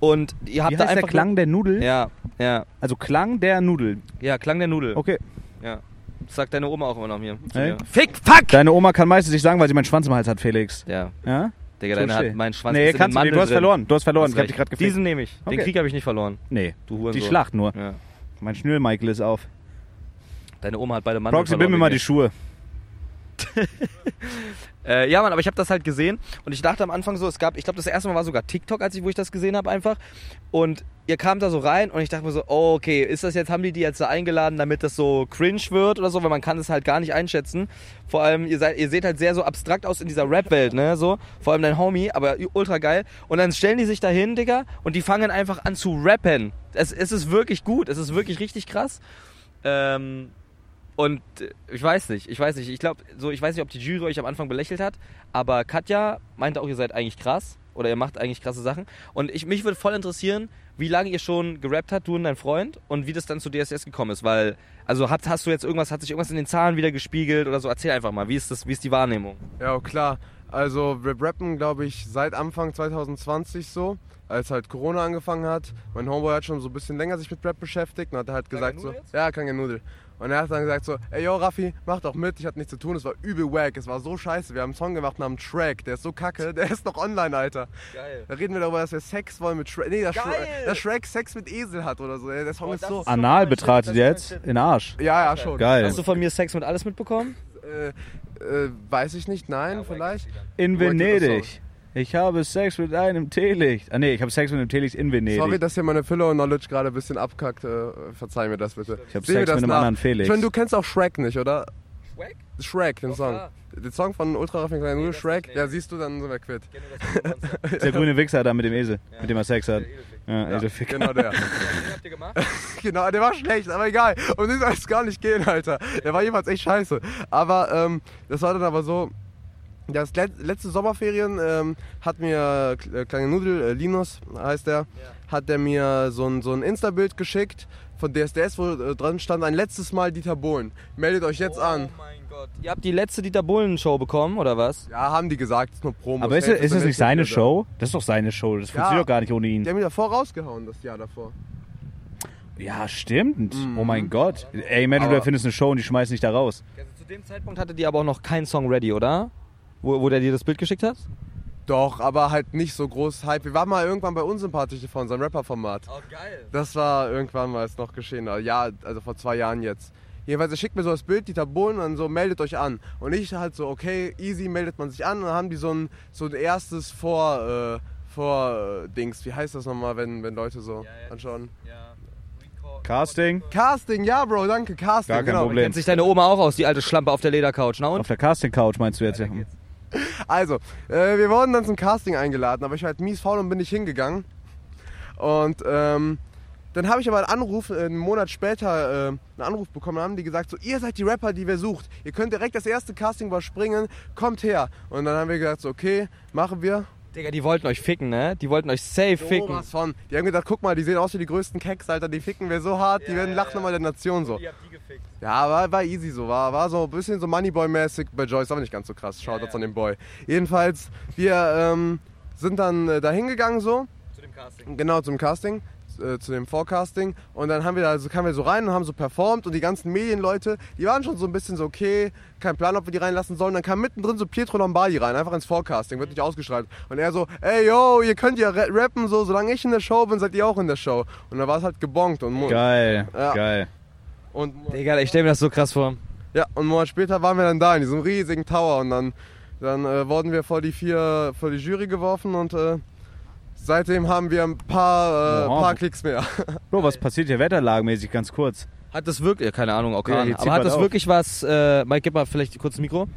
[SPEAKER 2] und ihr habt
[SPEAKER 1] Wie
[SPEAKER 2] da
[SPEAKER 1] heißt
[SPEAKER 2] einfach.
[SPEAKER 1] der Klang der Nudel?
[SPEAKER 2] Ja, ja,
[SPEAKER 1] Also Klang der Nudel.
[SPEAKER 2] ja. Klang der Nudel.
[SPEAKER 1] Okay.
[SPEAKER 2] Das sagt deine Oma auch immer noch mir.
[SPEAKER 1] Hey.
[SPEAKER 2] Fick, fuck!
[SPEAKER 1] Deine Oma kann meistens nicht sagen, weil sie meinen Schwanz im Hals hat, Felix.
[SPEAKER 2] Ja,
[SPEAKER 1] Ja?
[SPEAKER 2] Digga, deine
[SPEAKER 1] Touché.
[SPEAKER 2] hat meinen Schwanz
[SPEAKER 1] nee,
[SPEAKER 2] ist in den
[SPEAKER 1] kannst du
[SPEAKER 2] Mandel
[SPEAKER 1] nicht. Du hast
[SPEAKER 2] drin.
[SPEAKER 1] verloren. Du hast verloren.
[SPEAKER 2] Hast
[SPEAKER 1] ich hab
[SPEAKER 2] recht.
[SPEAKER 1] dich gerade gefickt.
[SPEAKER 2] Diesen nehme ich. Den
[SPEAKER 1] Okay.
[SPEAKER 2] Krieg habe ich nicht verloren.
[SPEAKER 1] nee,
[SPEAKER 2] Du Hurensohn.
[SPEAKER 1] die Schlacht nur.
[SPEAKER 2] Ja.
[SPEAKER 1] Mein Schnürmichael ist auf.
[SPEAKER 2] Deine Oma hat beide Mandeln
[SPEAKER 1] Proxy, bind
[SPEAKER 2] verloren.
[SPEAKER 1] mir mal die Schuhe.
[SPEAKER 2] äh, ja, Mann, aber ich habe das halt gesehen und ich dachte am Anfang so, es gab, ich glaube, das erste Mal war sogar TikTok, als ich, wo ich das gesehen habe einfach. Und ihr kamt da so rein und ich dachte mir so, oh, okay, ist das jetzt, haben die die jetzt da eingeladen, damit das so cringe wird oder so, weil man kann es halt gar nicht einschätzen. Vor allem, ihr, seid, ihr seht halt sehr so abstrakt aus in dieser Rap-Welt, ne, so. Vor allem dein Homie, aber ultra geil. Und dann stellen die sich da hin, Digga, und die fangen einfach an zu rappen. Es, es ist wirklich gut, es ist wirklich richtig krass. Ähm, und äh, ich weiß nicht, ich weiß nicht, ich glaube, so, ich weiß nicht, ob die Jury euch am Anfang belächelt hat, aber Katja meinte auch, ihr seid eigentlich krass oder ihr macht eigentlich krasse Sachen. Und ich, mich würde voll interessieren, wie lange ihr schon gerappt habt, du und dein Freund, und wie das dann zu DSS gekommen ist, weil, also hast, hast du jetzt irgendwas, hat sich irgendwas in den Zahlen wieder gespiegelt oder so? Erzähl einfach mal, wie ist das, wie ist die Wahrnehmung?
[SPEAKER 7] Ja, klar. Also wir rappen, glaube ich, seit Anfang 2020 so, als halt Corona angefangen hat. Mein Homeboy hat schon so ein bisschen länger sich mit Rap beschäftigt und hat halt gesagt so, ja, kann ja Nudel. Und er hat dann gesagt so, ey, yo, Raffi, mach doch mit, ich hatte nichts zu tun, es war übel wack, es war so scheiße. Wir haben einen Song gemacht namens Track, der ist so kacke, der ist noch online, Alter.
[SPEAKER 2] Geil.
[SPEAKER 7] Da reden wir darüber, dass wir Sex wollen mit Shrek. Nee, dass
[SPEAKER 2] Geil! Oh,
[SPEAKER 7] Shrek, dass Shrek Sex mit Esel hat oder so. Ey, Der Song ist so...
[SPEAKER 1] Anal betrachtet jetzt. In Arsch.
[SPEAKER 7] ja, ja, schon. Also,
[SPEAKER 1] Geil.
[SPEAKER 2] Hast du von mir Sex mit alles mitbekommen?
[SPEAKER 7] Äh, äh, weiß ich nicht, nein, vielleicht.
[SPEAKER 1] In
[SPEAKER 7] Leute,
[SPEAKER 1] Venedig. Ich habe Sex mit einem Teelicht. Ah nee, ich habe Sex mit einem Teelicht in Venedig.
[SPEAKER 7] Sorry, dass hier meine Filler und Knowledge gerade ein bisschen abkackt. Äh, verzeih mir das bitte.
[SPEAKER 1] Ich hab
[SPEAKER 7] Seh mir
[SPEAKER 1] Sex
[SPEAKER 7] das
[SPEAKER 1] mit einem
[SPEAKER 7] nach.
[SPEAKER 1] anderen Felix.
[SPEAKER 7] Ich meine, du kennst auch Shrek nicht, oder?
[SPEAKER 2] Shrek?
[SPEAKER 7] Shrek, den
[SPEAKER 2] Doch,
[SPEAKER 7] Song.
[SPEAKER 2] klar.
[SPEAKER 7] Den Song von Ultra Raffing Klein
[SPEAKER 2] Nee, das
[SPEAKER 7] Shrek.
[SPEAKER 2] nicht, nee.
[SPEAKER 7] Ja, siehst du, dann sind wir quitt.
[SPEAKER 1] der grüne Wichser da mit dem Esel, mit dem er Sex hat. Ja, Eselficker.
[SPEAKER 7] Genau der.
[SPEAKER 2] habt ihr gemacht?
[SPEAKER 7] genau, der war schlecht, aber egal. Und den soll es gar nicht gehen, Alter. Der war jedenfalls echt scheiße. Aber ähm, das war dann aber so. Das let- letzte Sommerferien ähm, hat mir äh, kleine Nudel, äh, Linus heißt der, hat der mir so ein, so ein Insta-Bild geschickt von DSDS, wo äh, dran stand ein letztes Mal Dieter Bohlen. Meldet euch jetzt an.
[SPEAKER 2] Oh mein Gott. Ihr habt die letzte Dieter Bullen-Show bekommen, oder was?
[SPEAKER 7] Ja, haben die gesagt, ist nur Promo.
[SPEAKER 1] Aber ist,
[SPEAKER 7] Fans
[SPEAKER 1] das- ist das
[SPEAKER 7] wissen
[SPEAKER 1] nicht seine
[SPEAKER 7] jeder.
[SPEAKER 1] Show? Das ist doch seine Show. Das funktioniert doch gar nicht ohne
[SPEAKER 7] Die
[SPEAKER 1] ihn.
[SPEAKER 7] haben ihn davor rausgehauen, das Jahr davor.
[SPEAKER 1] Ja, stimmt. Oh
[SPEAKER 7] Mhm.
[SPEAKER 1] mein Gott. Ey, imagine, du findest eine Show und die schmeißen dich da raus.
[SPEAKER 2] Also zu dem Zeitpunkt hatte die aber auch noch keinen Song ready, oder? Wo, wo der dir das Bild geschickt hat?
[SPEAKER 7] Doch, aber halt nicht so groß Hype. Wir waren mal irgendwann bei Unsympathisch TV, unserem Rapper-Format.
[SPEAKER 2] Oh, geil.
[SPEAKER 7] Das war irgendwann mal ist noch geschehen. Also, Ja, also vor zwei Jahren jetzt. Jedenfalls, er schickt mir so das Bild, die Tabulen, und dann so, meldet euch an. Und ich halt so, okay, easy, meldet man sich an. Und dann haben die so ein, so ein erstes Vor, äh, vor äh, Dings. Wie heißt das nochmal, wenn, wenn Leute so anschauen?
[SPEAKER 1] Casting?
[SPEAKER 7] Casting, ja, Bro, danke, Casting.
[SPEAKER 1] Gar kein
[SPEAKER 7] genau.
[SPEAKER 1] Problem.
[SPEAKER 2] Kennt sich deine Oma auch aus, die alte Schlampe auf der Ledercouch, na und?
[SPEAKER 1] Auf der Casting-Couch meinst du jetzt? Ja,
[SPEAKER 7] Also, äh, wir wurden dann zum Casting eingeladen, aber ich war halt mies faul und bin nicht hingegangen. Und ähm, dann habe ich aber einen Anruf, äh, einen Monat später äh, einen Anruf bekommen, haben die gesagt, so, ihr seid die Rapper, die wir sucht. Ihr könnt direkt das erste Casting überspringen, kommt her. Und dann haben wir gesagt, so, okay, machen wir.
[SPEAKER 2] Digga, die wollten euch ficken, ne? Die wollten euch safe
[SPEAKER 7] Oh,
[SPEAKER 2] ficken.
[SPEAKER 7] was von. Die haben gedacht, guck mal, die sehen aus wie die größten Keks, Alter, die ficken wir so hart, die werden lachen nochmal der Nation so.
[SPEAKER 2] habt die gefickt.
[SPEAKER 7] Ja, war, war easy so, war, war so ein bisschen so Moneyboy-mäßig bei Joyce, aber nicht ganz so krass. Schaut jetzt an den Boy. Jedenfalls, wir ähm, sind dann äh, da hingegangen so,
[SPEAKER 2] Zu dem Casting.
[SPEAKER 7] genau zum Casting, äh, zu dem Forecasting. Und dann haben wir da, also kamen wir so rein und haben so performt und die ganzen Medienleute, die waren schon so ein bisschen so, okay, kein Plan, ob wir die reinlassen sollen. Dann kam mittendrin so Pietro Lombardi rein, einfach ins Forecasting, wird nicht ausgestrahlt. Und er so, ey yo, ihr könnt ja ra- rappen, so, solange ich in der Show bin, seid ihr auch in der Show. Und dann war es halt gebonkt und Mo-
[SPEAKER 1] Geil,
[SPEAKER 7] Ja.
[SPEAKER 1] geil.
[SPEAKER 7] und
[SPEAKER 2] Digga, ich stell mir das so krass vor.
[SPEAKER 7] Ja, und einen Monat später waren wir dann da in diesem riesigen Tower und dann, dann äh, wurden wir vor die vier, vor die Jury geworfen und äh, seitdem haben wir ein paar, äh,
[SPEAKER 1] Wow.
[SPEAKER 7] paar Klicks mehr.
[SPEAKER 1] Bro, was passiert hier wetterlagenmäßig ganz kurz?
[SPEAKER 2] Hat das wirklich, keine Ahnung,
[SPEAKER 1] Ja,
[SPEAKER 2] Orkan,
[SPEAKER 1] hier zieht
[SPEAKER 2] aber hat
[SPEAKER 1] man
[SPEAKER 2] das
[SPEAKER 1] auf.
[SPEAKER 2] wirklich was, äh, Mike, gib mal vielleicht kurz ein Mikro.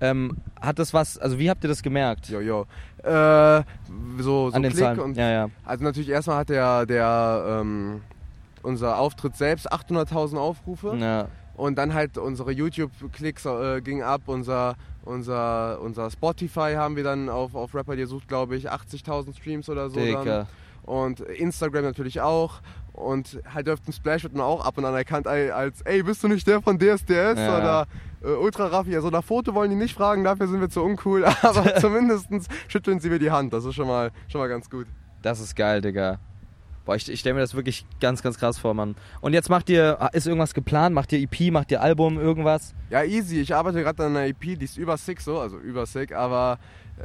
[SPEAKER 2] Ähm, hat das was, also wie habt ihr das gemerkt?
[SPEAKER 7] Jo, jo. Äh, so, so
[SPEAKER 2] An den
[SPEAKER 7] Klick
[SPEAKER 2] Zahlen.
[SPEAKER 7] und
[SPEAKER 2] ja, ja.
[SPEAKER 7] also natürlich erstmal hat der, der ähm, unser Auftritt selbst 800.000 Aufrufe.
[SPEAKER 2] ja.
[SPEAKER 7] Und dann halt unsere YouTube-Klicks äh, ging ab, unser, unser, unser Spotify haben wir dann auf, auf Rapper, die sucht, glaube ich, 80.000 Streams oder so. Dann.
[SPEAKER 2] Digga.
[SPEAKER 7] Und Instagram natürlich auch. Und halt auf dem Splash wird man auch ab und an erkannt ey, als, ey, bist du nicht der von DSDS
[SPEAKER 2] Ja.
[SPEAKER 7] oder äh, Ultra Raffi? Also nach Foto wollen die nicht fragen, dafür sind wir zu uncool. Aber zumindest schütteln sie mir die Hand. Das ist schon mal, schon mal ganz gut.
[SPEAKER 2] Das ist geil, Digga. Boah, ich, ich stell mir das wirklich ganz, ganz krass vor, Mann. Und jetzt macht ihr, ist irgendwas geplant? Macht ihr EP, macht ihr Album, irgendwas?
[SPEAKER 7] Ja, easy. Ich arbeite gerade an einer EP, die ist über sick so, also über sick, aber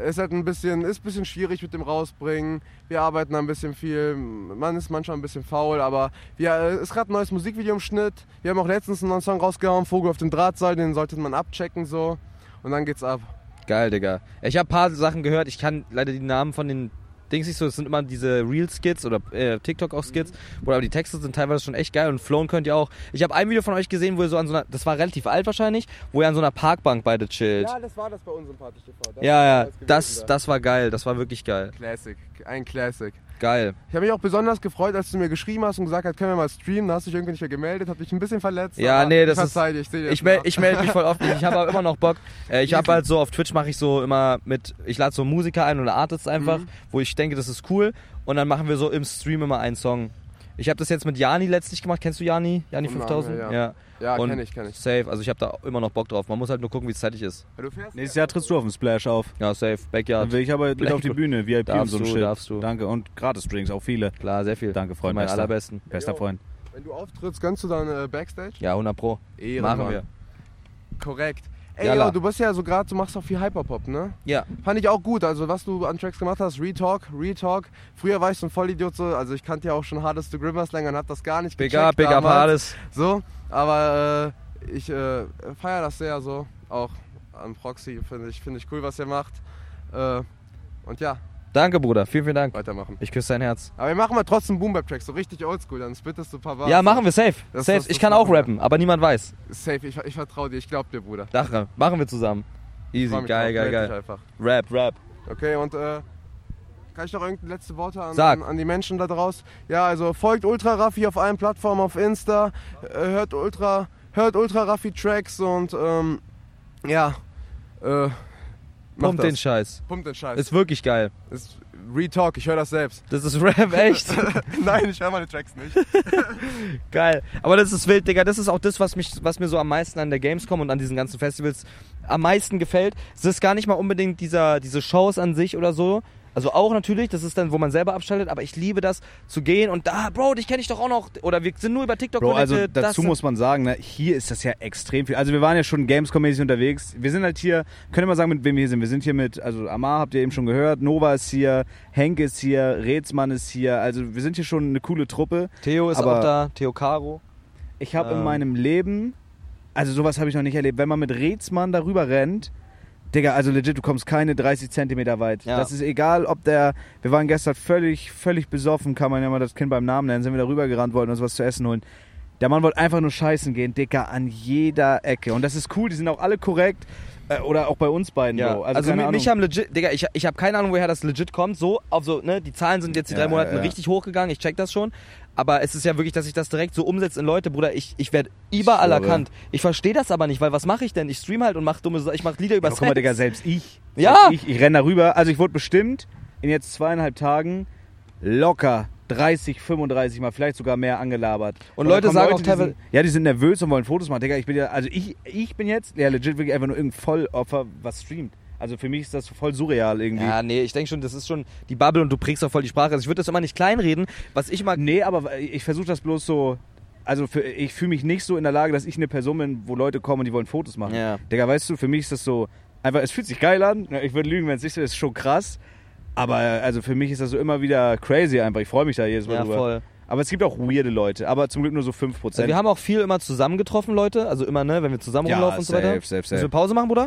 [SPEAKER 7] ist halt ein bisschen, ist ein bisschen schwierig mit dem rausbringen. Wir arbeiten da ein bisschen viel, man ist manchmal ein bisschen faul, aber ja, ist gerade ein neues Musikvideo im Schnitt. Wir haben auch letztens einen neuen Song rausgehauen, Vogel auf dem Drahtseil, den sollte man abchecken so und dann geht's ab.
[SPEAKER 2] Geil, Digga. Ich habe paar Sachen gehört. Ich kann leider die Namen von den Dings nicht so. Das sind immer diese Real-Skits oder äh, TikTok auch Skits. Bruder, aber die Texte sind teilweise schon echt geil und flown könnt ihr auch. Ich habe ein Video von euch gesehen, wo ihr so an so einer, das war relativ alt wahrscheinlich, wo ihr an so einer Parkbank beide chillt. Ja,
[SPEAKER 7] das war das bei unserem Party TV.
[SPEAKER 2] ja, das, das war geil. Das war wirklich geil.
[SPEAKER 7] Classic, ein Classic.
[SPEAKER 2] Geil.
[SPEAKER 7] Ich habe mich auch besonders gefreut, als du mir geschrieben hast und gesagt hast, können wir mal streamen. Da hast du dich irgendwie nicht mehr gemeldet, hab dich ein bisschen verletzt.
[SPEAKER 2] Ja,
[SPEAKER 7] aber
[SPEAKER 2] nee,
[SPEAKER 7] ich
[SPEAKER 2] das ist-
[SPEAKER 7] verzeih dir, ich, seh dir
[SPEAKER 2] Ich,
[SPEAKER 7] das
[SPEAKER 2] mel
[SPEAKER 7] nach.
[SPEAKER 2] ich melde mich voll oft nicht. Ich habe aber immer noch Bock. Äh, ich habe halt so auf Twitch mache ich so immer mit, ich lade so Musiker ein oder Artists einfach,
[SPEAKER 7] Mhm.
[SPEAKER 2] wo ich denke, das ist cool. Und dann machen wir so im Stream immer einen Song. Ich habe das jetzt mit Jani letztlich gemacht. Kennst du Jani? Jani
[SPEAKER 7] Vom Namen
[SPEAKER 2] 5000?
[SPEAKER 7] her,
[SPEAKER 2] ja.
[SPEAKER 7] Ja,
[SPEAKER 2] Und
[SPEAKER 7] kenn ich, kenn ich.
[SPEAKER 2] Safe. Also ich habe da immer noch Bock drauf. Man muss halt nur gucken, wie es zeitlich ist.
[SPEAKER 7] Du fährst
[SPEAKER 1] Nächstes Jahr trittst du auf dem Splash auf.
[SPEAKER 2] Ja, safe. Backyard.
[SPEAKER 1] Dann will ich aber mit auf die Bühne, VIP und
[SPEAKER 2] Darfst
[SPEAKER 1] so ein
[SPEAKER 2] du,
[SPEAKER 1] Shit.
[SPEAKER 2] darfst du.
[SPEAKER 1] Danke. Und Gratis-Drinks, auch viele.
[SPEAKER 2] Klar, sehr viel.
[SPEAKER 1] Danke, Freund.
[SPEAKER 2] Mein
[SPEAKER 1] bester.
[SPEAKER 2] allerbesten.
[SPEAKER 1] Bester
[SPEAKER 7] Jo.
[SPEAKER 1] Freund.
[SPEAKER 7] Wenn du auftrittst, gönnst du dann äh, Backstage?
[SPEAKER 2] Ja, 100 Pro.
[SPEAKER 7] Ehrenmann.
[SPEAKER 2] Machen wir.
[SPEAKER 7] Korrekt. Ey,
[SPEAKER 2] Jalla.
[SPEAKER 7] yo, du bist ja so gerade, du machst auch viel Hyperpop, ne?
[SPEAKER 2] Ja.
[SPEAKER 7] Fand ich auch gut, also was du an Tracks gemacht hast, Retalk, Retalk. Früher war ich so ein Vollidiot, so, also ich kannte ja auch schon Hardest to Grimmers länger und hab das gar nicht
[SPEAKER 2] Big
[SPEAKER 7] gecheckt
[SPEAKER 2] up, big up,
[SPEAKER 7] damals.
[SPEAKER 2] Hades.
[SPEAKER 7] So, aber äh, ich äh, feiere das sehr so, auch an Proxy, finde ich, finde ich cool, was ihr macht. Äh, und ja,
[SPEAKER 2] Danke, Bruder. Vielen, vielen Dank.
[SPEAKER 7] weitermachen.
[SPEAKER 2] Ich küsse dein Herz.
[SPEAKER 7] Aber wir machen mal trotzdem Boom-Bap-Tracks, so richtig oldschool, dann spittest du ein paar Bars.
[SPEAKER 2] Ja, machen wir safe.
[SPEAKER 7] Das-
[SPEAKER 2] Safe.
[SPEAKER 7] das-
[SPEAKER 2] Ich
[SPEAKER 7] das
[SPEAKER 2] kann auch
[SPEAKER 7] machen wir.
[SPEAKER 2] rappen, aber niemand weiß.
[SPEAKER 7] Safe, ich, ich vertraue dir, ich glaub dir, Bruder.
[SPEAKER 2] Dache, machen wir zusammen. Easy,
[SPEAKER 7] Freu mich
[SPEAKER 2] geil,
[SPEAKER 7] drauf,
[SPEAKER 2] geil,
[SPEAKER 7] meld dich halt.
[SPEAKER 2] geil. Rap,
[SPEAKER 7] Einfach.
[SPEAKER 2] Rap.
[SPEAKER 7] Okay, und äh, kann ich noch irgendeine letzte Worte an,
[SPEAKER 2] Sag.
[SPEAKER 7] an, an die Menschen da draus? Ja, also folgt Ultra Raffi auf allen Plattformen, auf Insta, äh, hört Ultra, hört Ultra Raffi Tracks und ähm, ja, äh, Mach
[SPEAKER 2] Pumpt
[SPEAKER 7] das.
[SPEAKER 2] den Scheiß.
[SPEAKER 7] Pump den Scheiß.
[SPEAKER 2] Ist wirklich geil.
[SPEAKER 7] Ist Retalk, ich höre das selbst.
[SPEAKER 2] Das ist Rap, echt.
[SPEAKER 7] Nein, ich höre meine Tracks nicht.
[SPEAKER 2] Geil. Aber das ist wild, Digga. Das ist auch das, was, mich, was mir so am meisten an der Gamescom und an diesen ganzen Festivals am meisten gefällt. Es ist gar nicht mal unbedingt dieser, diese Shows an sich oder so. Also auch natürlich, das ist dann, wo man selber abschaltet, aber ich liebe das, zu gehen und da, Bro, dich kenne ich doch auch noch. Oder wir sind nur über TikTok
[SPEAKER 1] Bro, also
[SPEAKER 2] connected, das
[SPEAKER 1] dazu muss man sagen, ne, hier ist das ja extrem viel. Also wir waren ja schon Gamescom-mäßig unterwegs. Wir sind halt hier, können wir sagen, mit wem wir hier sind. Wir sind hier mit, also Amar habt ihr eben schon gehört, Nova ist hier, Henk ist hier, Rätsmann ist hier. Also wir sind hier schon eine coole Truppe.
[SPEAKER 2] Theo ist
[SPEAKER 1] aber-
[SPEAKER 2] auch da, Theo Caro.
[SPEAKER 1] Ich habe in
[SPEAKER 2] Ähm.
[SPEAKER 1] meinem Leben, also sowas habe ich noch nicht erlebt, wenn man mit Rätsmann darüber rennt, Digga, also legit, du kommst keine 30 Zentimeter weit.
[SPEAKER 2] Ja.
[SPEAKER 1] Das ist egal, ob der. Wir waren gestern völlig, völlig besoffen, kann man ja mal das Kind beim Namen nennen, sind wir darüber gerannt, wollten uns was zu essen holen. Der Mann wollte einfach nur scheißen gehen, Digga, an jeder Ecke. Und das ist cool, die sind auch alle korrekt. Äh, oder auch bei uns beiden, Bro.
[SPEAKER 2] Also,
[SPEAKER 1] keine
[SPEAKER 2] mi-
[SPEAKER 1] Ahnung.
[SPEAKER 2] mich haben legit, Digga, ich, ich habe keine Ahnung, woher das legit kommt. So, auf so, ne, die Zahlen sind jetzt die
[SPEAKER 1] Ja,
[SPEAKER 2] drei Monaten
[SPEAKER 1] ja, ja.
[SPEAKER 2] richtig hochgegangen, ich check das schon. Aber es ist ja wirklich, dass ich das direkt so umsetze in Leute, Bruder, ich, ich werde überall
[SPEAKER 1] schwöre.
[SPEAKER 2] erkannt. Ich verstehe das aber nicht, weil was mache ich denn? Ich stream halt und mache dumme Sa- ich mache Lieder über
[SPEAKER 1] Aber Genau, guck mal, Digga,
[SPEAKER 2] Sex.
[SPEAKER 1] selbst ich.
[SPEAKER 2] Ja.
[SPEAKER 1] Selbst Ich, ich renne darüber. Also ich wurde bestimmt in jetzt zweieinhalb Tagen locker 30, 35 mal, vielleicht sogar mehr angelabert.
[SPEAKER 2] Und
[SPEAKER 1] da
[SPEAKER 2] Leute
[SPEAKER 1] kommen
[SPEAKER 2] sagen auch
[SPEAKER 1] die sind,
[SPEAKER 2] teilweise-
[SPEAKER 1] ja, die sind nervös und wollen Fotos machen. Digga, ich bin ja, also ich, ich bin jetzt, ja, legit wirklich einfach nur irgendein Vollopfer, was streamt. Also für mich ist das voll surreal irgendwie.
[SPEAKER 2] ja, nee, ich denke schon, das ist schon die Bubble und du prägst auch voll die Sprache. Also ich würde das immer nicht kleinreden. Was ich immer
[SPEAKER 1] Nee, aber ich versuche das bloß so. Also für, ich fühle mich nicht so in der Lage, dass ich eine Person bin, wo Leute kommen und die wollen Fotos machen.
[SPEAKER 2] Ja.
[SPEAKER 1] Digga, weißt du, für mich ist das so. Einfach, es fühlt sich geil an. Na, Ich würde lügen, wenn es nicht so ist, schon krass. Aber äh, also für mich ist das so immer wieder crazy einfach. Ich freue mich da jedes Mal
[SPEAKER 2] Ja,
[SPEAKER 1] drüber.
[SPEAKER 2] voll.
[SPEAKER 1] Aber es gibt auch weirde Leute, aber zum Glück nur so 5%.
[SPEAKER 2] Also wir haben auch viel immer zusammengetroffen, Leute. Also immer, ne, wenn wir zusammen
[SPEAKER 1] Ja,
[SPEAKER 2] rumlaufen und so
[SPEAKER 1] safe,
[SPEAKER 2] weiter. Also
[SPEAKER 1] safe, safe.
[SPEAKER 2] Müssen wir Pause machen, Bruder?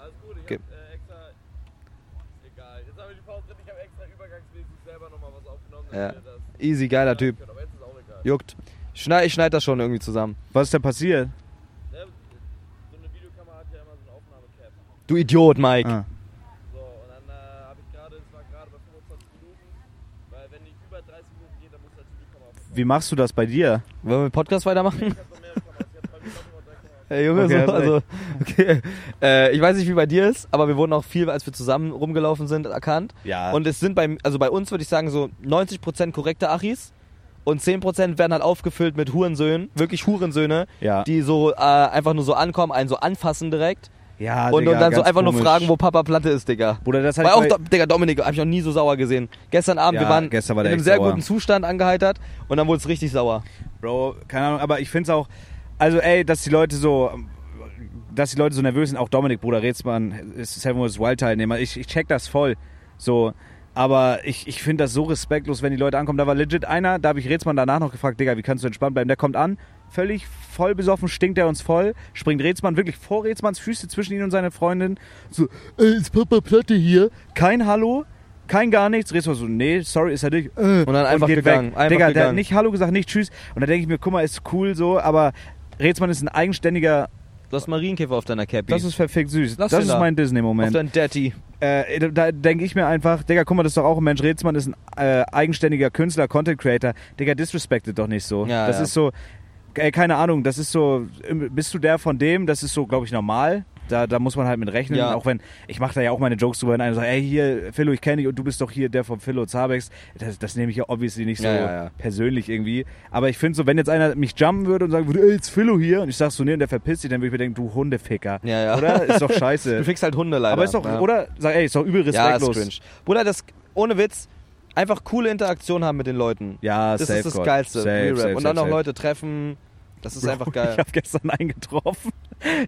[SPEAKER 3] Alles gut, ich
[SPEAKER 2] Okay.
[SPEAKER 3] hab äh, extra. Egal, jetzt haben wir die Pause drin, ich hab extra übergangsmäßig selber nochmal was aufgenommen, dass
[SPEAKER 2] Ja.
[SPEAKER 3] wir das
[SPEAKER 2] Easy, geiler Typ.
[SPEAKER 3] können. Aber jetzt ist auch egal.
[SPEAKER 2] Juckt. Ich schneide ich schneid das schon irgendwie zusammen.
[SPEAKER 1] Was ist denn passiert?
[SPEAKER 3] Ne? So eine Videokamera hat ja immer so eine Aufnahmecap.
[SPEAKER 2] Du Idiot, Mike.
[SPEAKER 1] Ah.
[SPEAKER 3] So, und dann äh, hab ich gerade, es war gerade bei 25 Minuten, weil wenn die über 30 Minuten geht, dann muss halt die Videokamera auf.
[SPEAKER 1] Wie machst du das bei dir?
[SPEAKER 2] Wollen wir den Podcast weitermachen?
[SPEAKER 3] Ich hab noch mehrere Kameras, ich hab bei mir noch über drei Kameras.
[SPEAKER 2] Hey Junge,
[SPEAKER 1] Okay,
[SPEAKER 2] so,
[SPEAKER 1] hast
[SPEAKER 2] also, okay. Äh, ich weiß nicht, wie bei dir ist, aber wir wurden auch viel, als wir zusammen rumgelaufen sind, erkannt.
[SPEAKER 1] Ja.
[SPEAKER 2] Und es sind bei, also bei uns, würde ich sagen, so 90% korrekte Achis und 10% werden halt aufgefüllt mit Hurensöhnen, wirklich Hurensöhne,
[SPEAKER 1] Ja.
[SPEAKER 2] die so äh, einfach nur so ankommen, einen so anfassen direkt
[SPEAKER 1] ja,
[SPEAKER 2] und,
[SPEAKER 1] Ah, Digga,
[SPEAKER 2] und dann so
[SPEAKER 1] ganz
[SPEAKER 2] einfach nur
[SPEAKER 1] komisch.
[SPEAKER 2] fragen, wo Papa Platte ist, Digga.
[SPEAKER 1] Bruder, das hatte
[SPEAKER 2] Weil
[SPEAKER 1] ich
[SPEAKER 2] auch,
[SPEAKER 1] bei-
[SPEAKER 2] Do Digga, Dominik, hab ich noch nie so sauer gesehen. Gestern Abend,
[SPEAKER 1] Ja,
[SPEAKER 2] wir waren
[SPEAKER 1] gestern war
[SPEAKER 2] in
[SPEAKER 1] der
[SPEAKER 2] einem
[SPEAKER 1] echt
[SPEAKER 2] sehr
[SPEAKER 1] sauer.
[SPEAKER 2] guten Zustand angeheitert und dann wurde es richtig sauer.
[SPEAKER 1] Bro, keine Ahnung, aber ich find's auch, also ey, dass die Leute so, dass die Leute so nervös sind, auch Dominik, Bruder Rätsmann, ist Seven vs. Wild Teilnehmer, ich, ich check das voll, so, aber ich, ich find das so respektlos, wenn die Leute ankommen, da war legit einer, da habe ich Rätsmann danach noch gefragt, Digga, wie kannst du entspannt bleiben, der kommt an, völlig voll besoffen, stinkt er uns voll, springt Rätsmann wirklich vor Rätsmanns Füße zwischen ihn und seine Freundin, so, ey, ist Papa Platte hier, kein Hallo, kein gar nichts, Rätsmann so, nee, sorry, ist er nicht, äh,
[SPEAKER 2] Und dann einfach
[SPEAKER 1] geht
[SPEAKER 2] gegangen.
[SPEAKER 1] Weg.
[SPEAKER 2] Einfach
[SPEAKER 1] Digga, der hat
[SPEAKER 2] gegangen.
[SPEAKER 1] nicht Hallo gesagt, nicht Tschüss. Und da denke ich mir, guck mal, ist cool so, aber Rätsmann ist ein eigenständiger.
[SPEAKER 2] Du hast Marienkäfer auf deiner Cappy.
[SPEAKER 1] Das ist verfickt süß.
[SPEAKER 2] Lass
[SPEAKER 1] das
[SPEAKER 2] den
[SPEAKER 1] ist
[SPEAKER 2] da.
[SPEAKER 1] mein
[SPEAKER 2] auf
[SPEAKER 1] Disney-Moment.
[SPEAKER 2] dein Daddy.
[SPEAKER 1] Äh, da denke ich mir einfach, Digga, guck mal, das ist doch auch ein Mensch. Rätsmann ist ein äh, eigenständiger Künstler, Content Creator. Digga, disrespected doch nicht so.
[SPEAKER 2] Ja,
[SPEAKER 1] das
[SPEAKER 2] ja.
[SPEAKER 1] ist so, ey, keine Ahnung, das ist so, bist du der von dem? Das ist so, glaube ich, normal. Da, da muss man halt mit rechnen,
[SPEAKER 2] Ja.
[SPEAKER 1] auch wenn, ich mache da ja auch meine Jokes drüber, wenn einer sagt, ey, hier, Philo, ich kenne dich und du bist doch hier der von Philo Zabex. Das, das nehme ich ja obviously nicht so
[SPEAKER 2] Ja, ja, ja.
[SPEAKER 1] persönlich irgendwie. Aber ich finde so, wenn jetzt einer mich jumpen würde und sagen würde, ey, ist Philo hier, und ich sag so, nee, und der verpisst sich, dann würde ich mir denken, du Hundeficker.
[SPEAKER 2] Ja, ja.
[SPEAKER 1] Oder? Ist doch scheiße.
[SPEAKER 2] Du fickst halt Hunde leider.
[SPEAKER 1] Äh, Aber ist doch,
[SPEAKER 2] ja.
[SPEAKER 1] oder? Sag, ey, ist doch übel
[SPEAKER 2] Ja,
[SPEAKER 1] respektlos.
[SPEAKER 2] ist cringe. Bruder, das, ohne Witz, einfach coole Interaktion haben mit den Leuten.
[SPEAKER 1] Ja,
[SPEAKER 2] das
[SPEAKER 1] safe
[SPEAKER 2] ist das
[SPEAKER 1] Gott.
[SPEAKER 2] Geilste.
[SPEAKER 1] Safe,
[SPEAKER 2] Real Rap.
[SPEAKER 1] safe,
[SPEAKER 2] Und dann
[SPEAKER 1] safe,
[SPEAKER 2] noch
[SPEAKER 1] safe.
[SPEAKER 2] Leute treffen. Das ist einfach
[SPEAKER 1] Ich
[SPEAKER 2] geil.
[SPEAKER 1] habe gestern einen getroffen.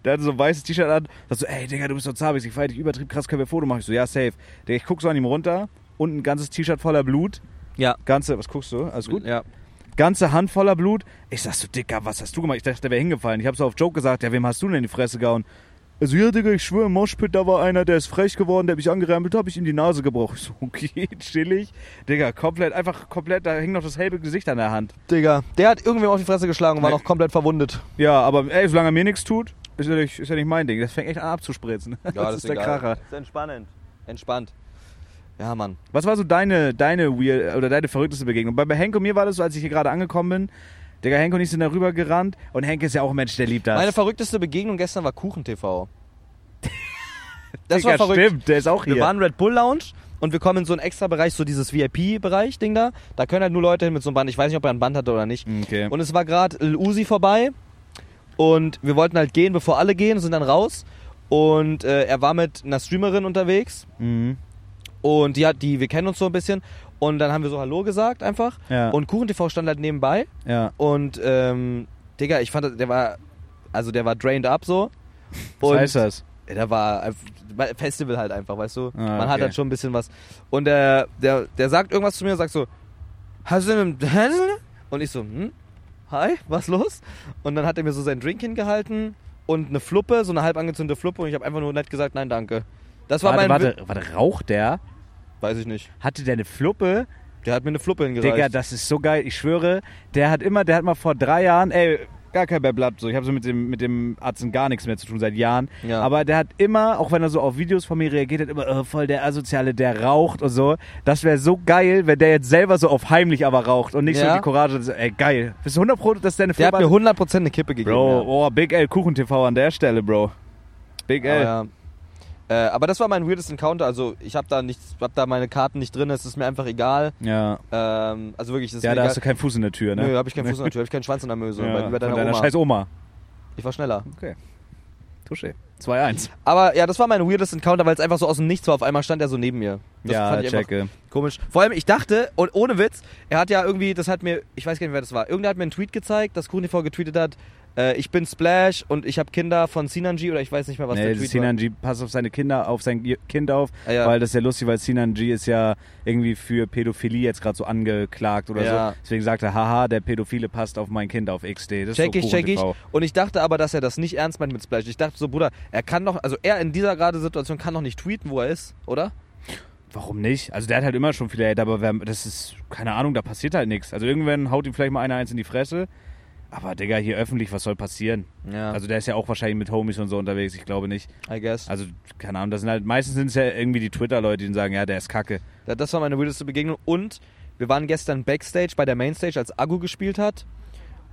[SPEAKER 1] Der hatte so ein weißes T-Shirt an. Sagt so, ey, Digga, du bist so zabig, ich feier dich übertrieb krass, können wir ein Foto machen? Ich so, ja, safe. Digga, ich guck so an ihm runter. Und ein ganzes T-Shirt voller Blut.
[SPEAKER 2] Ja.
[SPEAKER 1] Ganze, was guckst du? Alles gut?
[SPEAKER 2] Ja.
[SPEAKER 1] Ganze Hand voller Blut. Ich sag so, Dicker, was hast du gemacht? Ich dachte, der wäre hingefallen. Ich habe so auf Joke gesagt, ja, wem hast du denn in die Fresse gehauen? Also, ja, Digga, ich schwöre, im Moshpit, da war einer, der ist frech geworden, der hat mich angerempelt, hab ich ihm die Nase gebrochen. Ich so, okay, chillig. Digga, komplett, einfach komplett, da hing noch das halbe Gesicht an der Hand.
[SPEAKER 2] Digga, der hat irgendwem auf die Fresse geschlagen und war noch komplett verwundet.
[SPEAKER 1] Ja, aber ey, solange er mir nichts tut, ist ja, nicht, ist ja nicht mein Ding. Das fängt echt an abzuspritzen. Ja, das, ist der Kracher.
[SPEAKER 2] ist entspannend. Entspannt. Ja, Mann.
[SPEAKER 1] Was war so deine, deine weird oder deine verrückteste Begegnung? Bei, bei Henk und mir war das so, als ich hier gerade angekommen bin. Digga, Henk und ich sind da rüber gerannt und Henk ist ja auch ein Mensch, der liebt das.
[SPEAKER 2] Meine verrückteste Begegnung gestern war Kuchen-TV. Das war
[SPEAKER 1] Digga,
[SPEAKER 2] verrückt.
[SPEAKER 1] Stimmt, der ist auch hier.
[SPEAKER 2] Wir waren Red Bull Lounge und wir kommen in so einen extra Bereich, so dieses VIP-Bereich-Ding da. Da können halt nur Leute hin mit so einem Band. Ich weiß nicht, ob er ein Band hatte oder nicht.
[SPEAKER 1] okay.
[SPEAKER 2] Und es war gerade Lil Uzi vorbei und wir wollten halt gehen, bevor alle gehen, sind dann raus. Und äh, er war mit einer Streamerin unterwegs
[SPEAKER 1] mhm.
[SPEAKER 2] und die hat, die, wir kennen uns so ein bisschen. Und dann haben wir so Hallo gesagt einfach.
[SPEAKER 1] Ja.
[SPEAKER 2] Und KuchenTV stand halt nebenbei.
[SPEAKER 1] ja.
[SPEAKER 2] Und ähm, Digga, ich fand, der war, also der war drained up so.
[SPEAKER 1] Was
[SPEAKER 2] Und-
[SPEAKER 1] heißt das?
[SPEAKER 2] ja, da war ein Festival halt einfach, weißt du?
[SPEAKER 1] Ah,
[SPEAKER 2] Man hat
[SPEAKER 1] okay.
[SPEAKER 2] halt schon ein bisschen was. Und der, der, der sagt irgendwas zu mir und sagt so, hast du mit dem Daniel?" Und ich so, hm? Hi, was los? Und dann hat er mir so seinen Drink hingehalten und eine Fluppe, so eine halb angezündete Fluppe und ich habe einfach nur nett gesagt, nein, danke. Das war
[SPEAKER 1] Warte,
[SPEAKER 2] mein... Wi-
[SPEAKER 1] warte, warte, raucht der?
[SPEAKER 2] Weiß ich nicht.
[SPEAKER 1] Hatte der eine Fluppe?
[SPEAKER 2] Der hat mir eine Fluppe hingereicht.
[SPEAKER 1] Digga, das ist so geil, ich schwöre. Der hat immer, der hat mal vor drei Jahren, ey, gar kein Bärblatt, so. Ich habe so mit dem, mit dem Arzt gar nichts mehr zu tun seit Jahren.
[SPEAKER 2] Ja.
[SPEAKER 1] Aber der hat immer, auch wenn er so auf Videos von mir reagiert, hat immer, oh, voll der Asoziale, der raucht und so. Das wäre so geil, wenn der jetzt selber so auf heimlich aber raucht und nicht so
[SPEAKER 2] Ja.
[SPEAKER 1] die Courage, hat, so, ey, geil. Bist du 100 Pro, dass der eine
[SPEAKER 2] der hat
[SPEAKER 1] Fluppe
[SPEAKER 2] mir 100% eine Kippe gegeben.
[SPEAKER 1] Bro,
[SPEAKER 2] ja.
[SPEAKER 1] oh, Big L Kuchen TV an der Stelle, Bro. Big L.
[SPEAKER 2] Aber, ja. äh, aber das war mein weirdest Encounter. Also ich habe da nichts, habe da meine Karten nicht drin. Es ist mir einfach egal.
[SPEAKER 1] Ja,
[SPEAKER 2] Ähm, also wirklich, das ist
[SPEAKER 1] ja
[SPEAKER 2] mir
[SPEAKER 1] da
[SPEAKER 2] egal.
[SPEAKER 1] hast du keinen Fuß in der Tür, ne?
[SPEAKER 2] Nö, hab ich keinen Fuß in der Tür, hab ich keinen Schwanz in der Möse.
[SPEAKER 1] Ja,
[SPEAKER 2] bei, wie bei deiner,
[SPEAKER 1] von deiner
[SPEAKER 2] Oma.
[SPEAKER 1] scheiß Oma.
[SPEAKER 2] Ich war schneller.
[SPEAKER 1] Tusche. 2-1.
[SPEAKER 2] Aber ja, das war mein weirdest Encounter, weil es einfach so aus dem Nichts war. Auf einmal stand er so neben mir. Das
[SPEAKER 1] Ja,
[SPEAKER 2] fand ich einfach
[SPEAKER 1] checke.
[SPEAKER 2] komisch. Vor allem, ich dachte, und ohne Witz, er hat ja irgendwie, das hat mir, ich weiß gar nicht, wer das war, irgendwer hat mir einen Tweet gezeigt, dass KuchenTV getweetet hat, äh, ich bin Splash und ich habe Kinder von Sinanji oder ich weiß nicht mehr, was
[SPEAKER 1] nee,
[SPEAKER 2] der
[SPEAKER 1] das ist
[SPEAKER 2] Tweet
[SPEAKER 1] Sinan G. Pass auf seine Kinder, auf sein Gi- Kind auf,
[SPEAKER 2] Ah, ja.
[SPEAKER 1] weil das ist ja lustig, weil Sinan G. ist ja irgendwie für Pädophilie jetzt gerade so angeklagt oder
[SPEAKER 2] Ja.
[SPEAKER 1] so. Deswegen sagt er, haha, der Pädophile passt auf mein Kind auf XD. Das
[SPEAKER 2] war. Check
[SPEAKER 1] ist
[SPEAKER 2] ich,
[SPEAKER 1] so
[SPEAKER 2] check ich.
[SPEAKER 1] KuchenTV.
[SPEAKER 2] Und ich dachte aber, dass er das nicht ernst meint mit Splash. Ich dachte so, Bruder, er kann doch, also er in dieser gerade Situation kann doch nicht tweeten, wo er ist, oder?
[SPEAKER 1] Warum nicht? Also der hat halt immer schon viele Hater, aber wer, das ist, keine Ahnung, da passiert halt nichts. Also irgendwann haut ihm vielleicht mal einer eins in die Fresse. Aber Digga, hier öffentlich, was soll passieren?
[SPEAKER 2] Ja, also,
[SPEAKER 1] Also der ist ja auch wahrscheinlich mit Homies und so unterwegs, ich glaube nicht.
[SPEAKER 2] I guess.
[SPEAKER 1] Also, keine Ahnung, das sind halt, meistens sind es ja irgendwie die Twitter-Leute, die sagen, ja, der ist kacke.
[SPEAKER 2] Ja, das war meine weirdeste Begegnung. Und wir waren gestern Backstage bei der Mainstage, als Agu gespielt hat.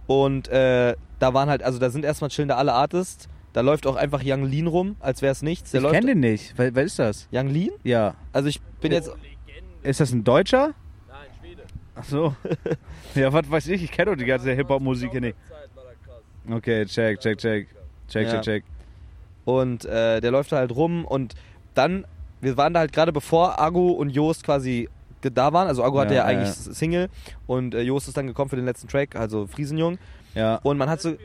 [SPEAKER 2] Und äh, da waren halt, also da sind erstmal chillende alle Artists. Da läuft auch einfach Young Lean rum, als wäre es nichts. Der
[SPEAKER 1] ich
[SPEAKER 2] läuft
[SPEAKER 1] kenne den nicht. Wer, wer ist das?
[SPEAKER 2] Young Lean?
[SPEAKER 1] Ja.
[SPEAKER 2] Also ich bin jetzt.
[SPEAKER 1] Ist das ein Deutscher?
[SPEAKER 5] Nein, Schwede.
[SPEAKER 1] Ach so. ja, was weiß ich, ich kenne doch die ganze Hip-Hop-Musik hier nicht.
[SPEAKER 5] Zeit war da krass.
[SPEAKER 1] Okay, check, check, check. Check,
[SPEAKER 2] Ja.
[SPEAKER 1] check, check.
[SPEAKER 2] Und äh, der läuft da halt rum. Und dann, wir waren da halt gerade bevor Agu und Joost quasi ge- da waren. Also Agu hatte
[SPEAKER 1] Ja,
[SPEAKER 2] ja,
[SPEAKER 1] ja,
[SPEAKER 2] eigentlich Single. Und äh, Joost ist dann gekommen für den letzten Track, also Friesenjung.
[SPEAKER 1] Ja.
[SPEAKER 2] Und man hat so.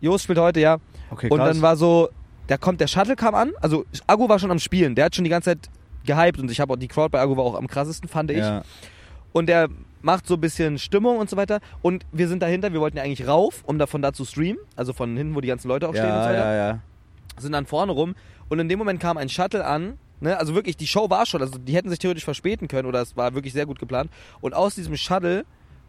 [SPEAKER 2] Joost spielt heute, ja.
[SPEAKER 1] Okay,
[SPEAKER 2] Und dann war so, da kommt der Shuttle kam an, also Agu war schon am Spielen, der hat schon die ganze Zeit gehypt und ich habe auch die Crowd bei Agu war auch am krassesten fand ich
[SPEAKER 1] ja.
[SPEAKER 2] und der macht so ein bisschen Stimmung und so weiter und wir sind dahinter, wir wollten ja eigentlich rauf, um davon da zu streamen, also von hinten, wo die ganzen Leute auch stehen und
[SPEAKER 1] Ja,
[SPEAKER 2] so weiter
[SPEAKER 1] ja, ja.
[SPEAKER 2] sind dann vorne rum und in dem Moment kam ein Shuttle an. Ne, also wirklich, die Show war schon, also die hätten sich theoretisch verspäten können oder es war wirklich sehr gut geplant. Und aus diesem Shuttle